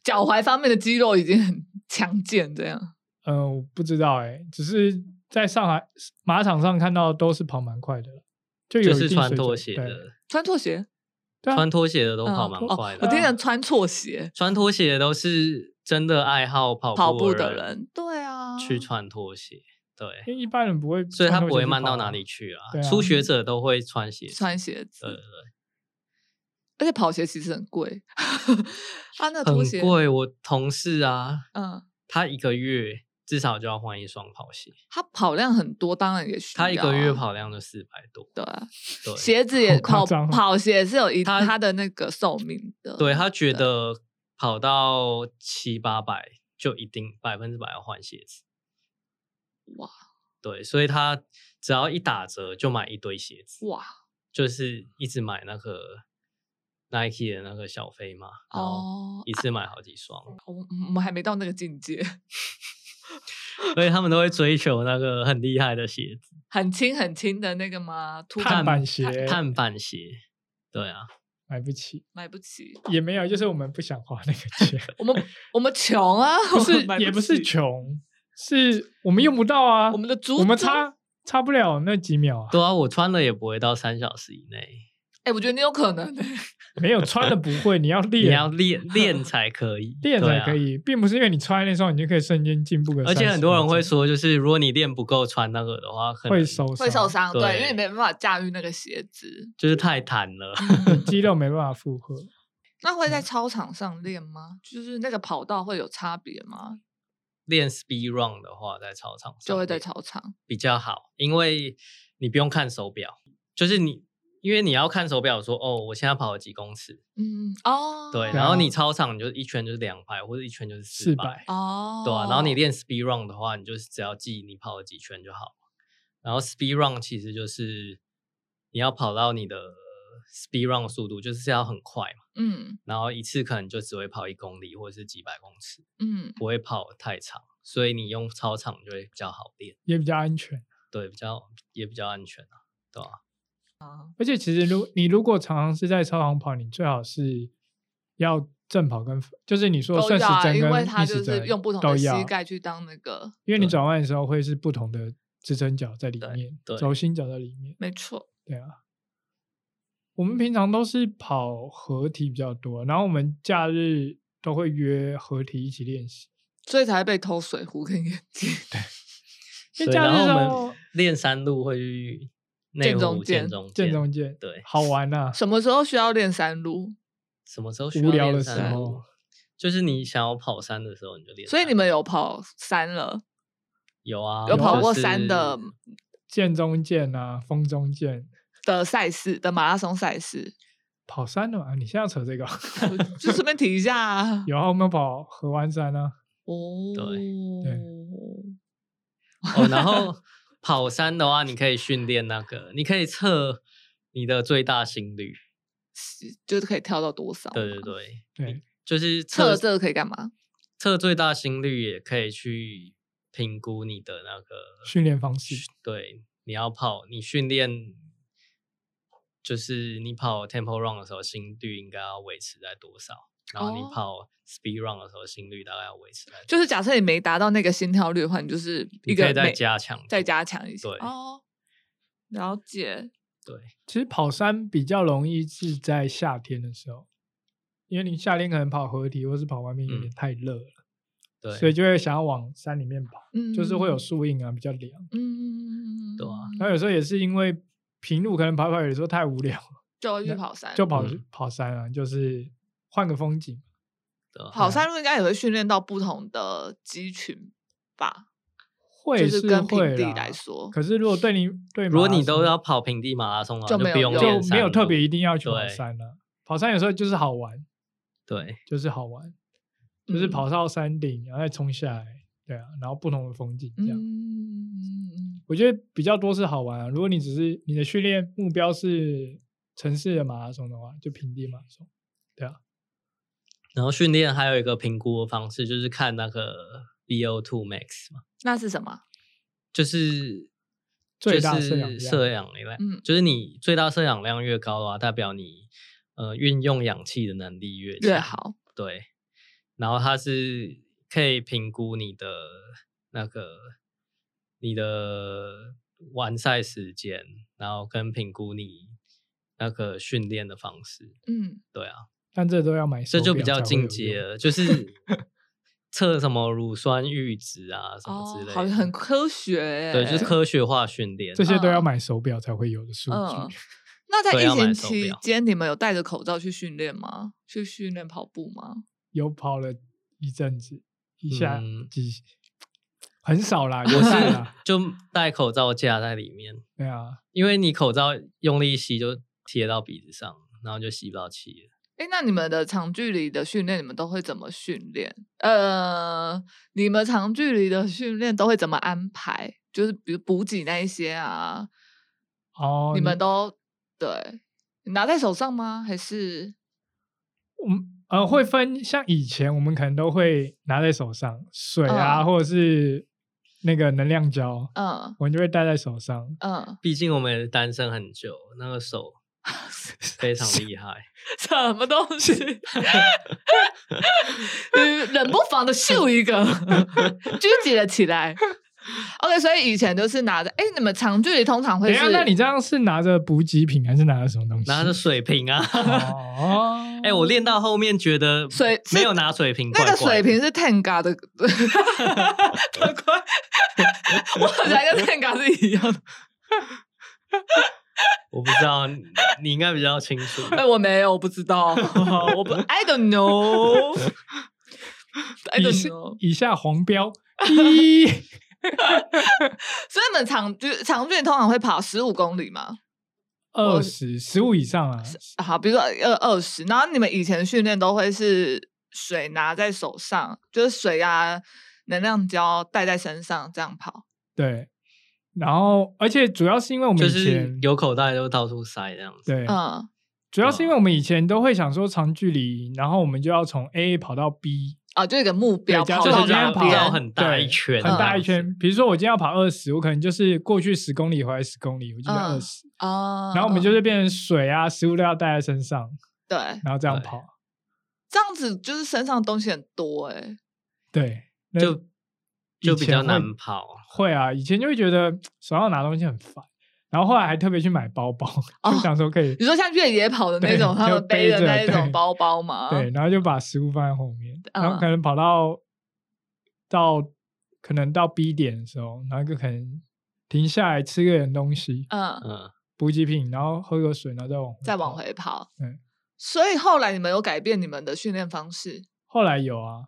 S1: 脚踝方面的肌肉已经很强健，这样。
S3: 嗯、我不知道哎、只是在上海马场上看到都是跑蛮快的了，就有
S2: 就
S3: 一
S2: 是
S3: 定
S2: 穿
S3: 水
S2: 拖
S3: 准
S2: 鞋
S3: 对
S2: 的，
S1: 穿拖鞋，
S3: 对啊
S2: 穿拖鞋的都
S1: 嗯
S2: 跑蛮
S1: 哦
S2: 快的
S1: 我
S2: 啊。
S1: 听人穿错鞋，
S2: 穿拖鞋都是真的爱好跑
S1: 跑
S2: 步
S1: 步的人，啊对啊，
S2: 去穿拖鞋，对，
S3: 因为一般人不会穿拖
S2: 所
S3: 鞋去
S2: 以
S3: 跑啊，
S2: 他不会慢到哪里去
S3: 对
S2: 啊。
S3: 啊
S2: 初学者都会穿鞋，
S1: 穿鞋子，
S2: 呃，
S1: 而且跑鞋其实很贵， 啊，那个拖
S2: 很
S1: 鞋，
S2: 贵。我同事啊，
S1: 嗯，
S2: 他一个月至少就要换一双跑鞋，
S1: 他跑量很多，当然也需要啊、
S2: 他一个月跑量就四百多，
S1: 对啊，
S2: 对，
S1: 鞋子也
S3: 好夸
S1: 跑
S3: 张哦
S1: 跑鞋是有一
S2: 他
S1: 它的那个寿命的，
S2: 对他觉得跑到七八百就一定百分之百要换鞋子。
S1: 哇！
S2: 对，所以他只要一打折就买一堆鞋子，
S1: 哇，
S2: 就是一直买那个 Nike 的那个小飞嘛，然后
S1: 哦，
S2: 一次买好几双，
S1: 我我们还没到那个境界，
S2: 所以他们都会追求那个很厉害的鞋子，
S1: 很轻很轻的那个吗？突
S3: 碳
S1: 然
S3: 板鞋
S2: 碳板鞋。对啊，
S3: 买不起，
S1: 买不起，
S3: 也没有，就是我们不想花 那个钱，
S1: 我们我们穷啊，
S3: 不
S1: 我
S3: 是
S1: 们买
S3: 也不是
S1: 起，
S3: 穷，是我们用不到啊，
S1: 我们的主
S3: 我们差差不了那几秒啊，
S2: 对啊，我穿了也不会到三小时以内，
S1: 哎、我觉得你有可能、欸，
S3: 没有穿的不会，你要
S2: 你
S3: 练，
S2: 要练练才可以，
S3: 练
S2: 对
S3: 才
S2: 啊
S3: 可。以，并不是因为你穿那双你就可以瞬间进步个30分
S2: 而
S3: 钟。
S2: 且很多人会说，就是如果你练不够穿那个的话，可能
S3: 会受
S1: 会受，伤，对，
S2: 对
S1: 因为你没办法驾驭那个鞋 子。
S2: 就是太弹了。
S1: 嗯
S3: 肌肉没办法负荷。
S1: 那会
S3: 嗯
S1: 在操场上练吗？就是那个跑道会有差别吗？
S2: 练 speed run 的话，在操场上
S1: 就会在
S2: 练
S1: 操场。
S2: 比较好，因为你不用看手表，就是你因为你要看手表说哦，我现在跑了几公尺，
S1: 嗯，哦，
S2: 对，
S3: 啊
S2: 然后你操场你就一圈就是两百或者一圈就是四百
S3: 400，
S1: 哦，
S2: 对啊，然后你练 speed run 的话，你就是只要记你跑了几圈就好了。然后 speed run 其实就是你要跑到你的 speed run 速度，就是要很快嘛，
S1: 嗯
S2: 然后一次可能就只会跑一公里或者是几百公尺，
S1: 嗯，
S2: 不会跑太长，所以你用操场就会比较好练，
S3: 也比较安全。
S2: 对，比较也比较安全啊，对吧、
S3: 而且其实如你如果常常是在操场跑，你最好是要正跑跟就是你说
S1: 都
S3: 顺时
S1: 要啊，
S3: 针
S1: 因为
S3: 跟
S1: 它
S3: 逆
S1: 就
S3: 时
S1: 是
S3: 针
S1: 用不同
S3: 都
S1: 的
S3: 要
S1: 膝，盖去当那个，
S3: 因为你
S2: 对
S3: 转弯的时候会是不同的支撑脚在里
S2: 对
S3: 面
S2: 对，
S3: 轴心脚在里面。
S1: 没错，
S3: 对啊，我们平常都是跑合体比较多，然后我们假日都会约合体一起练习。
S1: 所以才会被偷水壶跟 眼镜。
S2: 对
S3: 因为假
S2: 然
S3: 日的时
S2: 后我
S3: 候
S2: 们练山路会去内
S1: 建
S2: 湖
S1: 中
S2: 建
S1: 间
S2: 中
S3: 正
S2: 间
S3: 中间
S2: 对
S3: 好玩呐、
S1: 什么时候需要练山路？
S2: 什么时候需
S3: 无
S2: 要
S3: 聊
S2: 练
S3: 的
S2: 山
S3: 时
S2: 路
S3: 候
S2: 就是你想要跑山的时候你就练山。
S1: 所以你们有跑山了，
S2: 有啊，
S1: 有跑
S2: 就
S1: 过
S2: 是
S1: 山的
S3: 剑中剑啊，风中剑，
S1: 的赛事的马拉松赛事，呃
S3: 跑山的嘛。啊你现在要扯这个？
S1: 就顺便提一下啊。
S3: 有啊，我们跑合湾山啊。
S1: 哦，
S2: 哦，然后跑山的话，你可以训练那个，你可以测你的最大心率。
S1: 就是可以跳到多少？
S2: 对对，对，
S1: 嗯
S3: 对，
S2: 就是
S1: 测
S2: 测
S1: 这个可以干嘛？
S2: 测最大心率也可以去评估你的那个
S3: 训练方式
S2: 对，你要跑，你训练就是你跑 tempo run 的时候，心率应该要维持在多少？然后你
S1: 哦
S2: 跑 speed run 的时候，心率大概要维持在多
S1: 就是
S2: 少
S1: 假设你没达到那个心跳率的话，你就是一
S2: 你可
S1: 个
S2: 以再
S1: 每
S2: 加强，
S1: 再加强一些。
S2: 对
S1: 哦，了解。
S2: 对。
S3: 其实跑山比较容易是在夏天的时候，因为你夏天可能跑合体或是跑外面有点
S2: 嗯
S3: 太热了，
S2: 对，
S3: 所以就会想要往山里面跑，
S1: 嗯，
S3: 就是会有树荫啊，比较凉。
S1: 嗯，
S2: 对啊
S3: 然后有时候也是因为平路可能跑跑，有时候太无聊，
S1: 就会去跑山，
S3: 就跑、
S2: 嗯
S3: 跑山啊，就是换个风景。
S2: 对啊
S1: 跑山路应该也会训练到不同的肌群吧，
S3: 会
S1: 就是是跟
S3: 会
S1: 平地
S3: 啦
S1: 来说，
S3: 可是如果对你对，
S2: 如果你都要跑平地马拉松啊，
S1: 就
S2: 就
S1: 没
S2: 不
S1: 有
S2: 用
S1: 用
S2: 练
S3: 就没
S2: 山
S3: 有特
S2: 路
S3: 别一定要去跑
S2: 对
S3: 山了、跑山有时候就是好玩，
S2: 对
S3: 就是好玩，就是
S1: 嗯
S3: 跑到山顶然后再冲下来，对啊，然后不同的风景这样。
S2: 嗯
S1: 嗯，
S3: 我觉得比较多是好玩、啊。如果你只是你的训练目标是城市的马拉松的话，就平地马拉松。
S2: 然后训练还有一个评估的方式，就是看那个 VO2 max 嘛，
S1: 那是什么？
S2: 就是
S3: 最
S2: 就
S3: 大摄氧
S2: 是
S3: 量
S2: 摄氧量，
S1: 嗯
S2: 就是你最大摄氧量越高的话，代表你呃运用氧气的能力越
S1: 越
S2: 强，
S1: 好，
S2: 对。然后它是可以评估你的那个你的完赛时间，然后跟评估你那个训练的方式，
S1: 嗯，
S2: 对啊。
S3: 但这都要买手
S2: 这
S3: 表才
S2: 就
S3: 会有用，
S2: 比较进阶了，就是测什么乳酸阈值啊什么之
S1: 哦
S2: 类，的，
S1: 好像很科学欸，
S2: 对，就是科学化训练。
S3: 这些都要
S1: 嗯
S3: 买手表才会有的数据。
S1: 嗯那在
S2: 对
S1: 疫
S2: 要买
S1: 情
S2: 手
S1: 期
S2: 表
S1: 间，你们有戴着口罩去训练吗？去训练跑步吗？
S3: 有跑了一阵子，一下
S2: 嗯
S3: 几、很少啦，有
S2: 我
S3: 限
S2: 是
S3: 啦，
S2: 就戴口罩架在里面，
S3: 对啊，
S2: 因为你口罩用力吸就贴到鼻子上，然后就吸不到气了。
S1: 哎，那你们的长距离的训练，你们都会怎么训练？呃，你们长距离的训练都会怎么安排？就是比如补给那一些啊，
S3: 哦，
S1: 你们都对，你拿在手上吗？还是
S3: 我们呃会分，像以前我们可能都会拿在手上，水啊，
S1: 嗯
S3: 或者是那个能量胶，
S1: 嗯
S3: 我们就会戴在手上。
S1: 嗯
S2: 毕竟我们单身很久，那个手非常厉害。
S1: 什么东 西？嗯冷不防的秀一 个，举起了起来。OK，所以以前就是拿着，哎，你们长距离通常
S3: 等
S1: 会
S3: 一
S1: 是
S3: 下，那你这样是拿着补给品还是拿着什么东西？
S2: 拿着水瓶啊！，
S3: 哦
S2: 哎、我练到后面觉得
S1: 水是
S2: 没有拿水瓶怪
S1: 那
S2: 怪
S1: 个
S2: 的，
S1: 水平是 Tenga 的，的怪，我好像跟 Tenga 是一样的。
S2: 我不知道，你你应该比较清楚。
S1: 哎，我没有，我不知 道，我不，I don't know，I
S3: 以
S1: don't
S3: 下
S1: know。
S3: 以下黄 标，咦，
S1: 所以你们长距长距离通常会跑十五公里吗？
S3: 二十十五以上啊，
S1: 啊好，比如说二二十，然后你们以前训练都会是水拿在手上，就是水啊、能量胶带在身上这样跑。
S3: 对。然后，而且主要是因为我们
S2: 就
S3: 以
S2: 是
S3: 前
S2: 有口袋就到处塞这样子。
S3: 对，
S1: 嗯，
S3: 主要是因为我们以前都会想说长距离，然后我们就要从 A 跑到 B，
S1: 啊，就有个目标
S3: 对，假
S1: 跑
S3: 设
S2: 就是
S1: 到
S3: 今天
S1: 哪
S3: 要
S2: 要
S3: 跑
S1: 边
S2: 到。很大一圈
S3: 对很
S1: 嗯
S3: 大一
S2: 这样
S3: 圈。比如说我今天要跑二十，我可能就是过去十公里，回来十公里，我就
S1: 嗯
S3: 二十、
S1: 啊
S3: 然后我们就是变成水啊、食物都要带在身上，
S1: 对，
S3: 然后这样
S2: 对
S3: 跑。
S1: 这样子就是身上东西很多哎、
S3: 对，那
S2: 就就比较
S3: 以前会
S2: 难跑。
S3: 会啊，以前就会觉得手上拿东西很烦，然后后来还特别去买包包，
S1: 哦
S3: 就想说可以
S1: 你说像越野跑的那种，
S3: 对
S1: 他
S3: 就
S1: 们背的
S3: 背着
S1: 那一种
S3: 对
S1: 包包嘛，
S3: 对，然后就把食物放在后面，然后
S1: 嗯
S3: 可能跑到到可能到 B 点的时候，然后就可能停下来吃个点东西，
S1: 嗯，
S2: 嗯，
S3: 补给品，然后喝个水，然后再往
S1: 再往
S3: 跑。
S1: 回跑。
S3: 对，
S1: 所以后来你们有改变你们的训练方式，
S3: 后来有啊，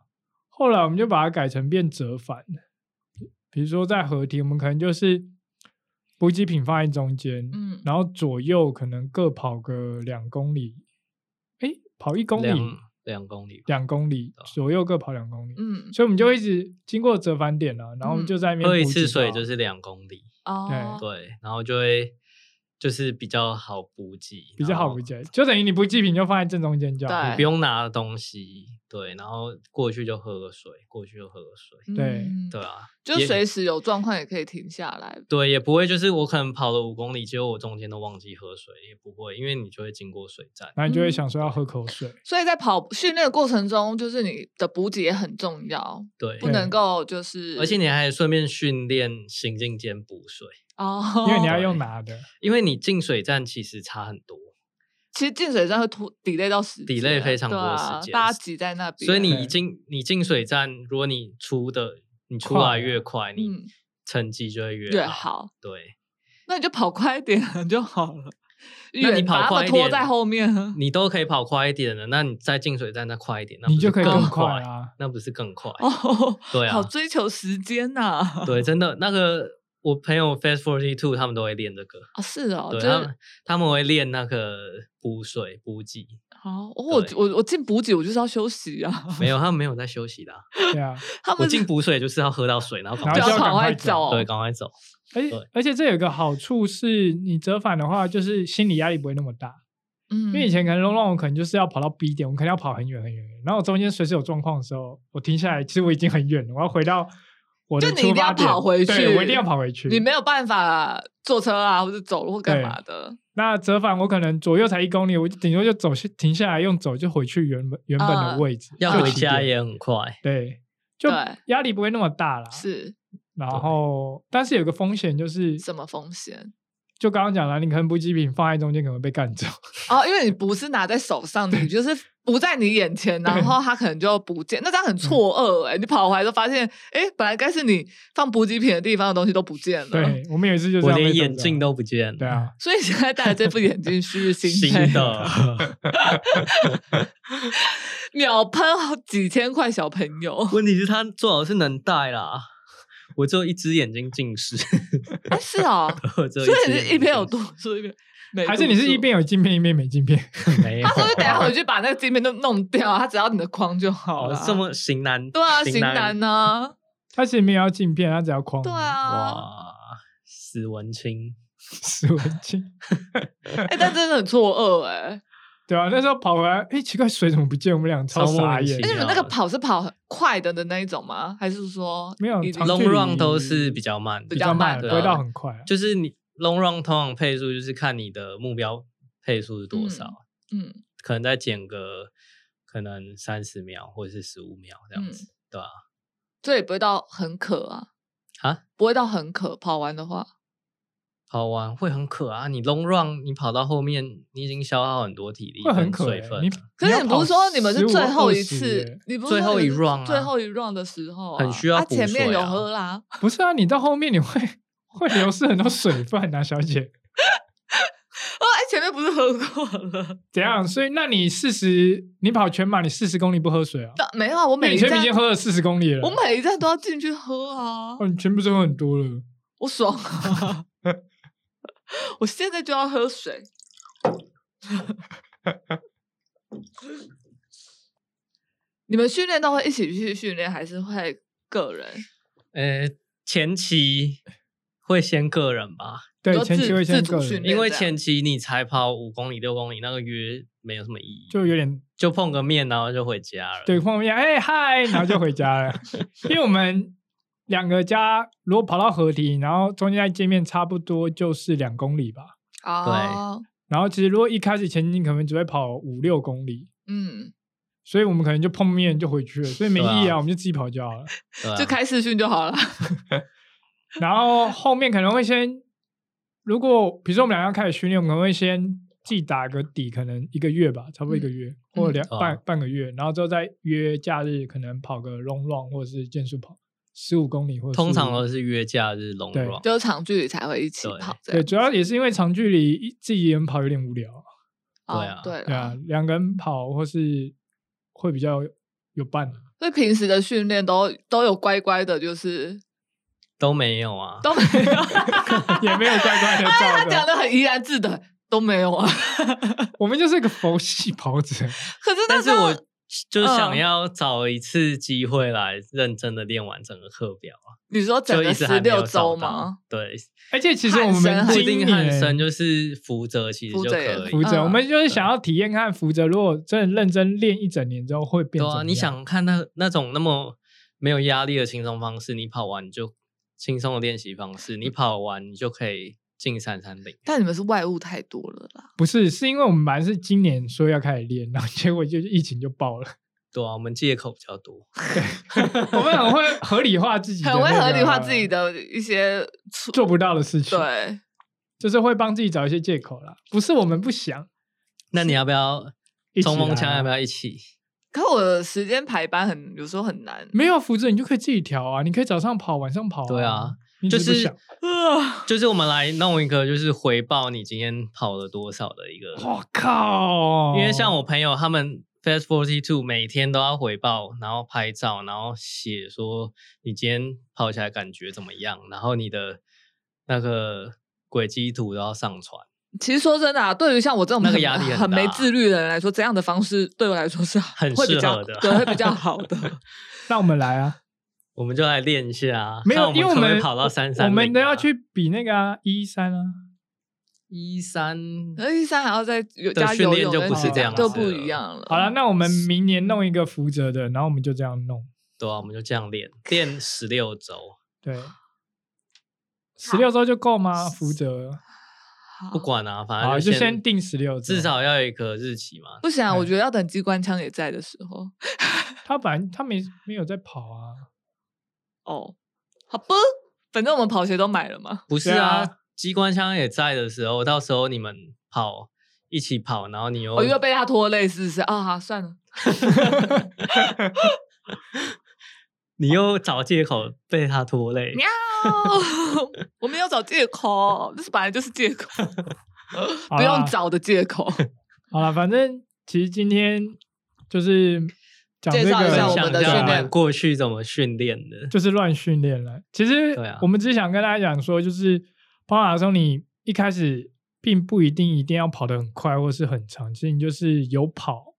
S3: 后来我们就把它改成变折返的，比比如说在合体，我们可能就是补给品放在中间，
S1: 嗯
S3: 然后左右可能各跑个两公里，诶，跑一公里，
S2: 两两公里吧，
S3: 两公里
S2: 对啊
S3: 左右各跑两公里，
S1: 嗯，
S3: 所以我们就一直经过折返点啊，然后我们就在那边
S2: 喝一
S3: 补给
S2: 次水
S3: 到
S2: 就是两公里，
S1: 哦，
S2: 对，然后就会就是比较好补给，
S3: 比较好
S2: 然后
S3: 补给，就等于你补给品就放在正中间就好
S1: 对，
S2: 不用拿东西，对，然后过去就喝个水，过去就喝个水，
S3: 对
S1: 嗯
S2: 对，啊，
S1: 就
S2: 也
S1: 随时有状况也可以停下来，
S2: 对，也不会就是我可能跑了五公里，结果我中间都忘记喝水，也不会，因为你就会经过水站，
S3: 然后你就会
S1: 嗯
S3: 想说要喝口水，
S1: 所以在跑训练的过程中，就是你的补给也很重要，
S2: 对，
S1: 不能够就是，
S2: 而且你还顺便训练行进间补水，
S1: 哦，
S3: 因为你要用拿的，
S2: 因为你进水站其实差很多，
S1: 其实进水站会拖 delay 到时间
S2: delay 非常
S1: 对
S2: 多
S1: 啊
S2: 时间
S1: 大家挤在那边，
S2: 所以你
S3: 对
S2: 进你进水站，如果你出的你出
S3: 快
S2: 来越快，
S1: 嗯
S2: 你成绩就会越
S1: 越
S2: 好。
S1: 好，
S2: 对，
S1: 那你就跑快一点就好了，
S2: 那你
S1: 远把
S2: 跑
S1: 他
S2: 快
S1: 们
S2: 一
S1: 拖
S2: 点，
S1: 在后面啊，
S2: 你都可以跑快一点了，那你在进水站再快一点，那
S3: 你
S2: 不是
S3: 就可以
S2: 更
S3: 更
S2: 快
S3: 快，啊。
S2: 那不是更快？
S1: 哦，
S2: 对啊
S1: 好追求时间呐、啊，
S2: 对，真的，那个我朋友 Fast Forty Two 他们都会练这个，
S1: 是哦，就
S2: 对
S1: 是
S2: 他们他们会练那个补水补给，
S1: 好，哦我
S2: 对
S1: 我我进补给我就是要休息 啊，
S3: 哦
S2: 没有，他们没有在休息的啊、
S3: 对啊，
S1: 他
S2: 我
S1: 们
S2: 进补水就是要喝到水，然后赶
S3: 然
S1: 就
S2: 快
S1: 要
S3: 后就要
S1: 赶
S3: 赶
S1: 快
S3: 快走
S1: 走，
S2: 对，赶快走。
S3: 而且
S2: 对
S3: 而且这有一个好处是，你折返的话，就是心理压力不会那么大。
S1: 嗯，
S3: 因为以前可能龙龙我可能就是要跑到 B 点，我可能要跑很远很远，很远然后我中间随时有状况的时候，我停下来，其实我已经很远了，我要回到我的
S1: 就你一定
S3: 出发
S1: 要
S3: 点
S1: 跑回去
S3: 对我一定要跑回去。
S1: 你没有办法坐车啊，或者走路或干嘛的，
S3: 那折返，我可能左右才一公里，我就顶多就走下停下来，用走就回去原本原本的
S1: 嗯
S3: 位置，
S2: 要
S3: 就
S2: 回
S3: 起
S2: 家
S3: 点
S2: 也很快，
S3: 对，就
S1: 对
S3: 压力不会那么大啦。，
S1: 是
S3: 然后但是有个风险就是，
S1: 什么风险？
S3: 就刚刚讲了，你可能补给品放在中间可能会被干走。
S1: 哦，因为你不是拿在手上，你就是不在你眼前，然
S3: 对
S1: 后他可能就不见，那这样很错愕哎、你跑回来就发现，哎、本来该是你放补给品的地方的东西都不见了。
S3: 对，我们有一次就是
S2: 我
S3: 这样
S2: 连
S3: 被
S2: 眼
S3: 走
S2: 镜
S3: 到
S2: 都不见了。
S3: 对啊，
S1: 所以现在戴的这副眼镜是
S2: 新
S1: 新配的，
S2: 的，
S3: 啊
S1: 秒喷好几千块小朋友。
S2: 问题是他最好是能戴啦。我只有一只眼睛近视，
S1: 哎，是哦，
S2: 我只
S1: 所
S2: 有一只
S1: 以你
S2: 眼
S1: 是
S2: 睛
S1: 一边有
S2: 近
S1: 度
S2: 视
S1: 数，一边没
S3: 还是你
S1: 度
S3: 是一
S1: 数
S3: 边有镜片一边没镜片？
S2: 没 有
S1: 他
S2: 啊。
S1: 说就 等一下回去把那个镜片都弄掉，他只要你的框就好了啊
S2: 哦，。这么型男，
S1: 对啊，型男
S2: 男
S1: 呢？
S3: 他其实没有要镜片，他只要框。
S1: 对， 啊，
S2: 哇，史文清，
S3: 史文清。
S1: 哎，但真的很错愕哎。
S3: 对啊，那时候跑回来，哎，奇怪，水怎么不见？我们俩超
S2: 超莫
S3: 傻
S2: 名
S3: 眼
S1: 哎，
S2: 其妙。
S1: 你们那个跑是跑很快的的那一种吗？还是说
S3: 没有
S1: 已经
S3: 长距
S2: long
S3: 离
S2: run 都是比较慢的，
S1: 比
S3: 比
S1: 较
S3: 较
S1: 慢
S3: 慢，
S2: 对
S3: 不
S2: 啊
S3: 会到很快啊。
S2: 就是你 long run 通常配速就是看你的目标配速是多少，
S1: 嗯
S2: 可能再减个可能三十秒或者是十五秒这样子，
S1: 嗯
S2: 对吧、
S1: 这也不会到很渴啊，
S2: 啊？啊，
S1: 不会到很渴。跑完的话，
S2: 跑完会很渴啊！你 long run 你跑到后面，你已经消耗很多体力
S3: 会很
S2: 跟
S3: 可
S2: 水
S3: 欸
S2: 分啊
S3: 你
S2: 了，
S1: 可是
S3: 要
S1: 你不
S3: 跑
S1: 是说你们是
S3: 15
S1: 最后一
S3: 20
S1: 次
S3: 耶，
S1: 你不是
S2: 最
S1: 说
S2: 后
S1: 你
S2: 一
S1: 是
S2: round
S1: 最
S2: 啊
S1: 后一 round 的时候啊，
S2: 很需要
S1: 啊
S2: 补
S1: 前面
S2: 水
S1: 有
S2: 啊
S1: 喝啦，
S3: 不是啊，你到后面你会会流失很多水分啊，小姐。
S1: 哦，哎，前面不是喝过了？
S3: 怎样？所以那你四十，你跑全马，你四十公里不喝水啊？
S1: 但没有啊，我
S3: 那
S1: 每
S3: 你
S1: 一
S3: 前
S1: 站
S3: 面已经喝了四十公里了，
S1: 我每一站都要进去喝啊，
S3: 哦，你全部都喝很多了。
S1: 我爽 啊！我现在就要喝水。 你们训练都会一起去训练，还是会个人？
S2: 呃，前期会先个人吧，
S3: 对，
S1: 说
S3: 前
S1: 自
S3: 期会先
S1: 自主
S3: 个
S1: 训
S3: 人，
S1: 练
S2: 因为
S1: 这样
S2: 前期你才跑五公里、六公里，那个约没有什么意义，
S3: 就有点
S2: 就碰个面，然后就回家了。
S3: 对，碰面，哎、嗨，然后就回家了。因为我们两个家如果跑到合体，然后中间再见面，差不多就是两公里吧。
S1: 哦，
S3: 然后其实如果一开始前进，可能只会跑五六公里，
S1: 嗯，
S3: 所以我们可能就碰面就回去了，所以没意义
S2: 对
S3: 啊，
S2: 啊
S3: 我们就自己跑就好了。
S2: 对啊
S1: 就开视讯就好了。
S3: 然后后面可能会先，如果比如说我们俩要开始训练，我们可能会先自己打个底，可能一个月吧，差不多一个月、或者两、
S2: 嗯
S3: 半
S2: 啊
S3: 半个月，然后之后再约假日，可能跑个 long run 或者是健速跑十五公里或者
S2: 通常
S3: 15
S2: 都是约假日龙
S3: 对
S2: run，
S1: 就是长距离才会一起
S2: 对
S1: 跑这
S3: 对，
S1: 样。
S3: 主要也是因为长距离一自己一个人跑有点无聊，
S2: 对
S1: 哦
S2: 啊，
S1: 对
S3: 对啊
S1: 啦，，
S3: 两个人跑或是会比较有伴。啊
S1: 所以平时的训练都都有乖乖的，就是
S2: 都没有啊。
S1: 都没 有。
S3: 也没有乖乖的
S1: 哎，
S3: 照
S1: 他讲
S3: 着，
S1: 的很怡然自得，都没有啊。
S3: 我们就是一个佛系跑者。
S1: 可是那
S2: 但是
S1: 时候
S2: 我就想
S1: 嗯
S2: 要找一次机会来认真的练完整个课表啊，
S1: 你说整
S2: 就
S1: 个
S2: 一直
S1: 十
S2: 还没有
S1: 六
S2: 找
S1: 周
S2: 到
S1: 吗？。
S2: 对，
S3: 而且其实我们
S1: 汉森
S2: 不
S1: 很
S2: 一
S3: 今
S2: 定
S3: 年
S2: 汉森就是扶泽，其实
S1: 扶
S2: 就
S1: 泽也
S2: 可以。
S3: 福泽，
S1: 嗯
S3: 我们就是想要体验看福泽，如果真的认真练一整年之后会变
S2: 对
S3: 怎么
S2: 啊，
S3: 样
S2: 你想看那那种那么没有压力的轻松方式，你跑完你就轻松的练习方式，
S3: 嗯
S2: 你跑完你就可以进三三零。
S1: 但你们是外物太多了啦，
S3: 不是？是因为我们本来是今年说要开始练，然后结果就是疫情就爆了。
S2: 对啊，我们借口比较多。
S3: 我们很会合理化自己的那
S1: 很
S3: 个，
S1: 会合
S2: 啊
S1: 理化自己的一些错
S3: 做不到的事情，，
S1: 对，
S3: 就是会帮自己找一些借口啦。不是我们不想，
S2: 那你要不要
S3: 一起
S2: 冲锋枪？
S3: 来啊
S2: 要不要一起？
S1: 可我的时间排班很有时候很难，
S3: 没有福泽，你就可以自己调啊，你可以早上跑，晚上跑、
S2: 对啊，
S3: 你
S2: 就
S3: 只不
S2: 是
S3: 想
S2: 就是我们来弄一个，就是回报你今天跑了多少的一个。
S3: 我靠，
S2: 因为像我朋友他们 Fast Forty Two 每天都要回报，然后拍照，然后写说你今天跑起来感觉怎么样，然后你的那个轨迹图都要上传。
S1: 其实说真的、啊，对于像我这种
S2: 那个
S1: 很
S2: 压力很
S1: 很没
S2: 大
S1: 自律的人来说，这样的方式对我来说是
S2: 很
S1: 会比
S2: 适
S1: 较
S2: 合的
S1: 对，会比较好 的。
S3: 那我们来啊，
S2: 我们就来练一下啊，
S3: 没
S2: 看
S3: 有，因为
S2: 我们可不可以
S3: 们
S2: 跑到三啊三、
S3: 我们都要去比那个啊一三啊，
S2: 一三，
S1: 可是一三还要再有
S2: 对
S1: 加
S2: 训
S1: 游
S2: 练
S1: 泳
S2: 就
S1: 跟
S2: 不
S3: 是
S1: 什么
S3: 这样
S1: 就
S3: 子
S1: 不
S2: 了
S1: 一样了。
S3: 好了，那我们明年弄一个福泽的，然后我们就这样弄。
S2: 对啊，我们就这样练，练十六周，
S3: 对，十六周就够吗？福泽，
S1: 好
S2: 不管啊，反
S3: 好，
S2: 正
S3: 就
S2: 先
S3: 先定十六周。
S2: 至少要有一个日期嘛。
S1: 不行啊，我
S3: 嗯
S1: 觉得要等机关枪也在的时候
S3: 他本来他没没有在跑啊，
S1: 哦。好吧，反正我们跑鞋都买了嘛。
S2: 不是
S3: 对
S2: 啊
S3: 啊，
S2: 机关枪也在的时候，到时候你们跑一起跑，然后你又
S3: 哦
S1: 我哦又被他拖累，是不是啊？好算了，
S2: 你又找借口被他拖累，
S1: 喵我们要找借口，这是本来就是借口，
S3: 好
S1: 不用
S3: 啦。
S1: 找的借 口。
S3: 好了，反正其实今天就是讲这
S1: 介绍一
S3: 个，
S1: 下我们的
S2: 想一下
S1: 训练
S2: 我们过去怎么训练的，
S3: 就是乱训练了。其实
S2: 对啊
S3: 我们只想跟大家讲说，就是跑马拉松，你一开始并不一定一定要跑得很快或是很长，其实你就是有跑，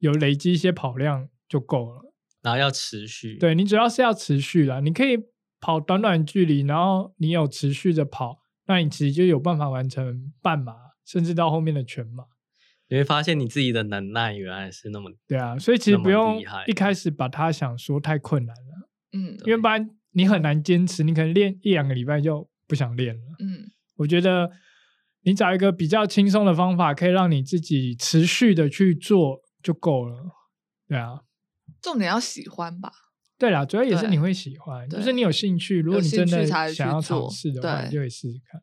S3: 有累积一些跑量就够了。
S2: 然后要持续。，
S3: 对你主要是要持续啦，你可以跑短短距离，然后你有持续的跑，那你其实就有办法完成半马，甚至到后面的全马。
S2: 你会发现你自己的能耐原来是那么
S3: 对啊，所以其实
S2: 那
S3: 不
S2: 么
S3: 用
S2: 厉害
S3: 一开始把它想说太困难了，
S1: 嗯
S3: 因为不然你很难坚持，你可能练一两个礼拜就不想练了。
S1: 嗯，
S3: 我觉得你找一个比较轻松的方法，可以让你自己持续的去做就够了。对啊，
S1: 重点要喜欢吧。
S3: 对啦，主要也是
S1: 对
S3: 你会喜欢，就
S1: 对
S3: 是你有兴趣。如果
S1: 有
S3: 你
S1: 兴
S3: 真的
S1: 趣才会去
S3: 想要尝
S1: 做
S3: 试的话，
S1: 对
S3: 你就可以试试看。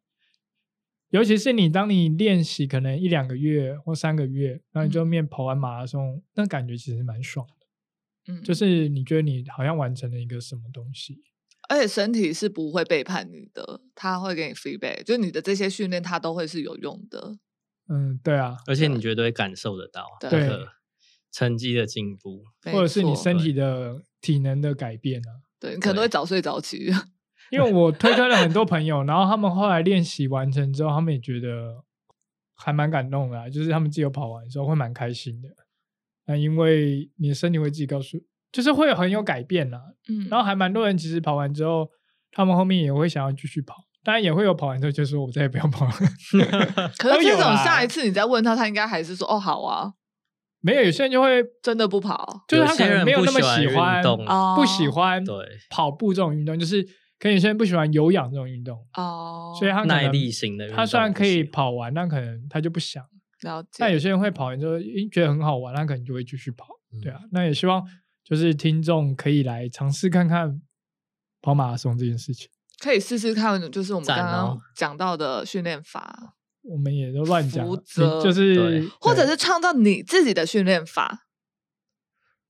S3: 尤其是你当你练习可能一两个月或三个月，然后你就
S1: 嗯
S3: 面跑完马拉松，那感觉其实蛮爽的。
S1: 嗯，
S3: 就是你觉得你好像完成了一个什么东西，
S1: 而且身体是不会背叛你的，他会给你 feedback，就你的这些训练，它都会是有用的。
S3: 嗯，对啊，
S2: 而且你绝对感受得到
S1: 对
S2: 那个成绩的进步。
S1: 没
S3: 或者是你
S1: 错
S3: 身体的体能的改变啊。
S1: 对你可能会
S2: 对
S1: 早睡早 起，
S3: 因为我推推了很多朋友，然后他们后来练习完成之后，他们也觉得还蛮感动的啊、就是他们自己有跑完的时候会蛮开心的。那因为你的身体会自己告诉，就是会很有改变啦、
S1: 嗯，
S3: 然后还蛮多人其实跑完之后，他们后面也会想要继续跑，当然也会有跑完之后就说我再也不要跑了。
S1: 可是这
S3: 都有
S1: 种
S3: 啦
S1: 下一次你再问他，他应该还是说哦好啊，
S3: 没有，有些人就会
S1: 真的不跑
S3: 就是他
S2: 有些
S3: 可能
S2: 人
S3: 没有那
S2: 不
S3: 么
S2: 喜欢
S3: 喜
S2: 运
S3: 欢，
S2: 动
S1: 哦
S3: 不喜欢
S2: 对
S3: 跑步这种运动，就是可能有些人不喜欢有氧这种运动，
S1: 哦，
S3: 所以他可能
S2: 耐力型的运动不行，
S3: 他虽然可以跑完，但可能他就不想。
S1: 了解
S3: 但有些人会跑完之后，因为觉得很好玩，他可能就会继续跑。
S1: 嗯
S3: 对啊，那也希望就是听众可以来尝试看看跑马拉松这件事情。
S1: 可以试试看，就是我们
S2: 赞
S1: 刚
S2: 哦
S1: 刚讲到的训练法，
S3: 我们也都乱讲
S1: 福
S3: 了，你
S1: 泽
S3: 就是
S2: 对
S1: 或者
S3: 对
S1: 是创造你自己的训练法，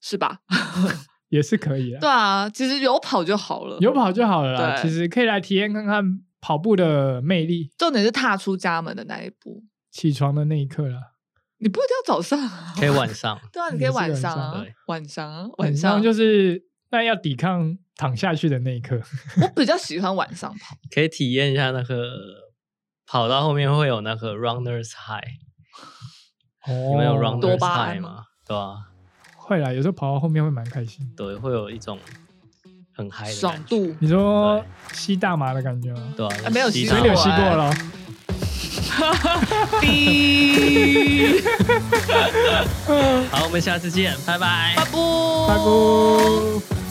S1: 是吧？
S3: 也是可以
S1: 对
S3: 的，
S1: 啊，其实有跑就好了，
S3: 有跑就好了啦。
S1: 对
S3: 其实可以来体验看看跑步的魅力，
S1: 重点是踏出家门的那一步，
S3: 起床的那一刻啦。
S1: 你不一定要早上、啊，
S2: 可以晚上，
S1: 对啊，你
S3: 嗯
S1: 可以
S3: 是
S1: 晚
S3: 晚
S1: 上
S3: 上
S1: 啊
S2: 对，
S1: 晚上啊，
S3: 晚
S1: 上
S3: 上就是那要抵抗躺下去的那一 刻，
S1: 我比较喜欢晚上跑，
S2: 可以体验一下那个跑到后面会有那个 runners high，你们有 runners
S1: 多巴胺
S2: high
S1: 吗
S2: 吗？对啊，
S3: 哦会啦，有时候跑到后面会蛮开心。
S2: 对，会有一种很嗨的
S1: 爽
S2: 感觉，
S1: 度
S3: 你说
S2: 对
S3: 吸大麻的感觉吗？
S2: 对
S1: 啊
S2: 啊，
S1: 没有吸
S2: 吸
S3: 所以
S1: 过
S3: 你
S2: 到
S3: 有吸过
S2: 哎
S3: 了哦，
S1: 滴，
S2: 好，我们下次见，拜拜
S1: 巴。布，
S3: 大姑。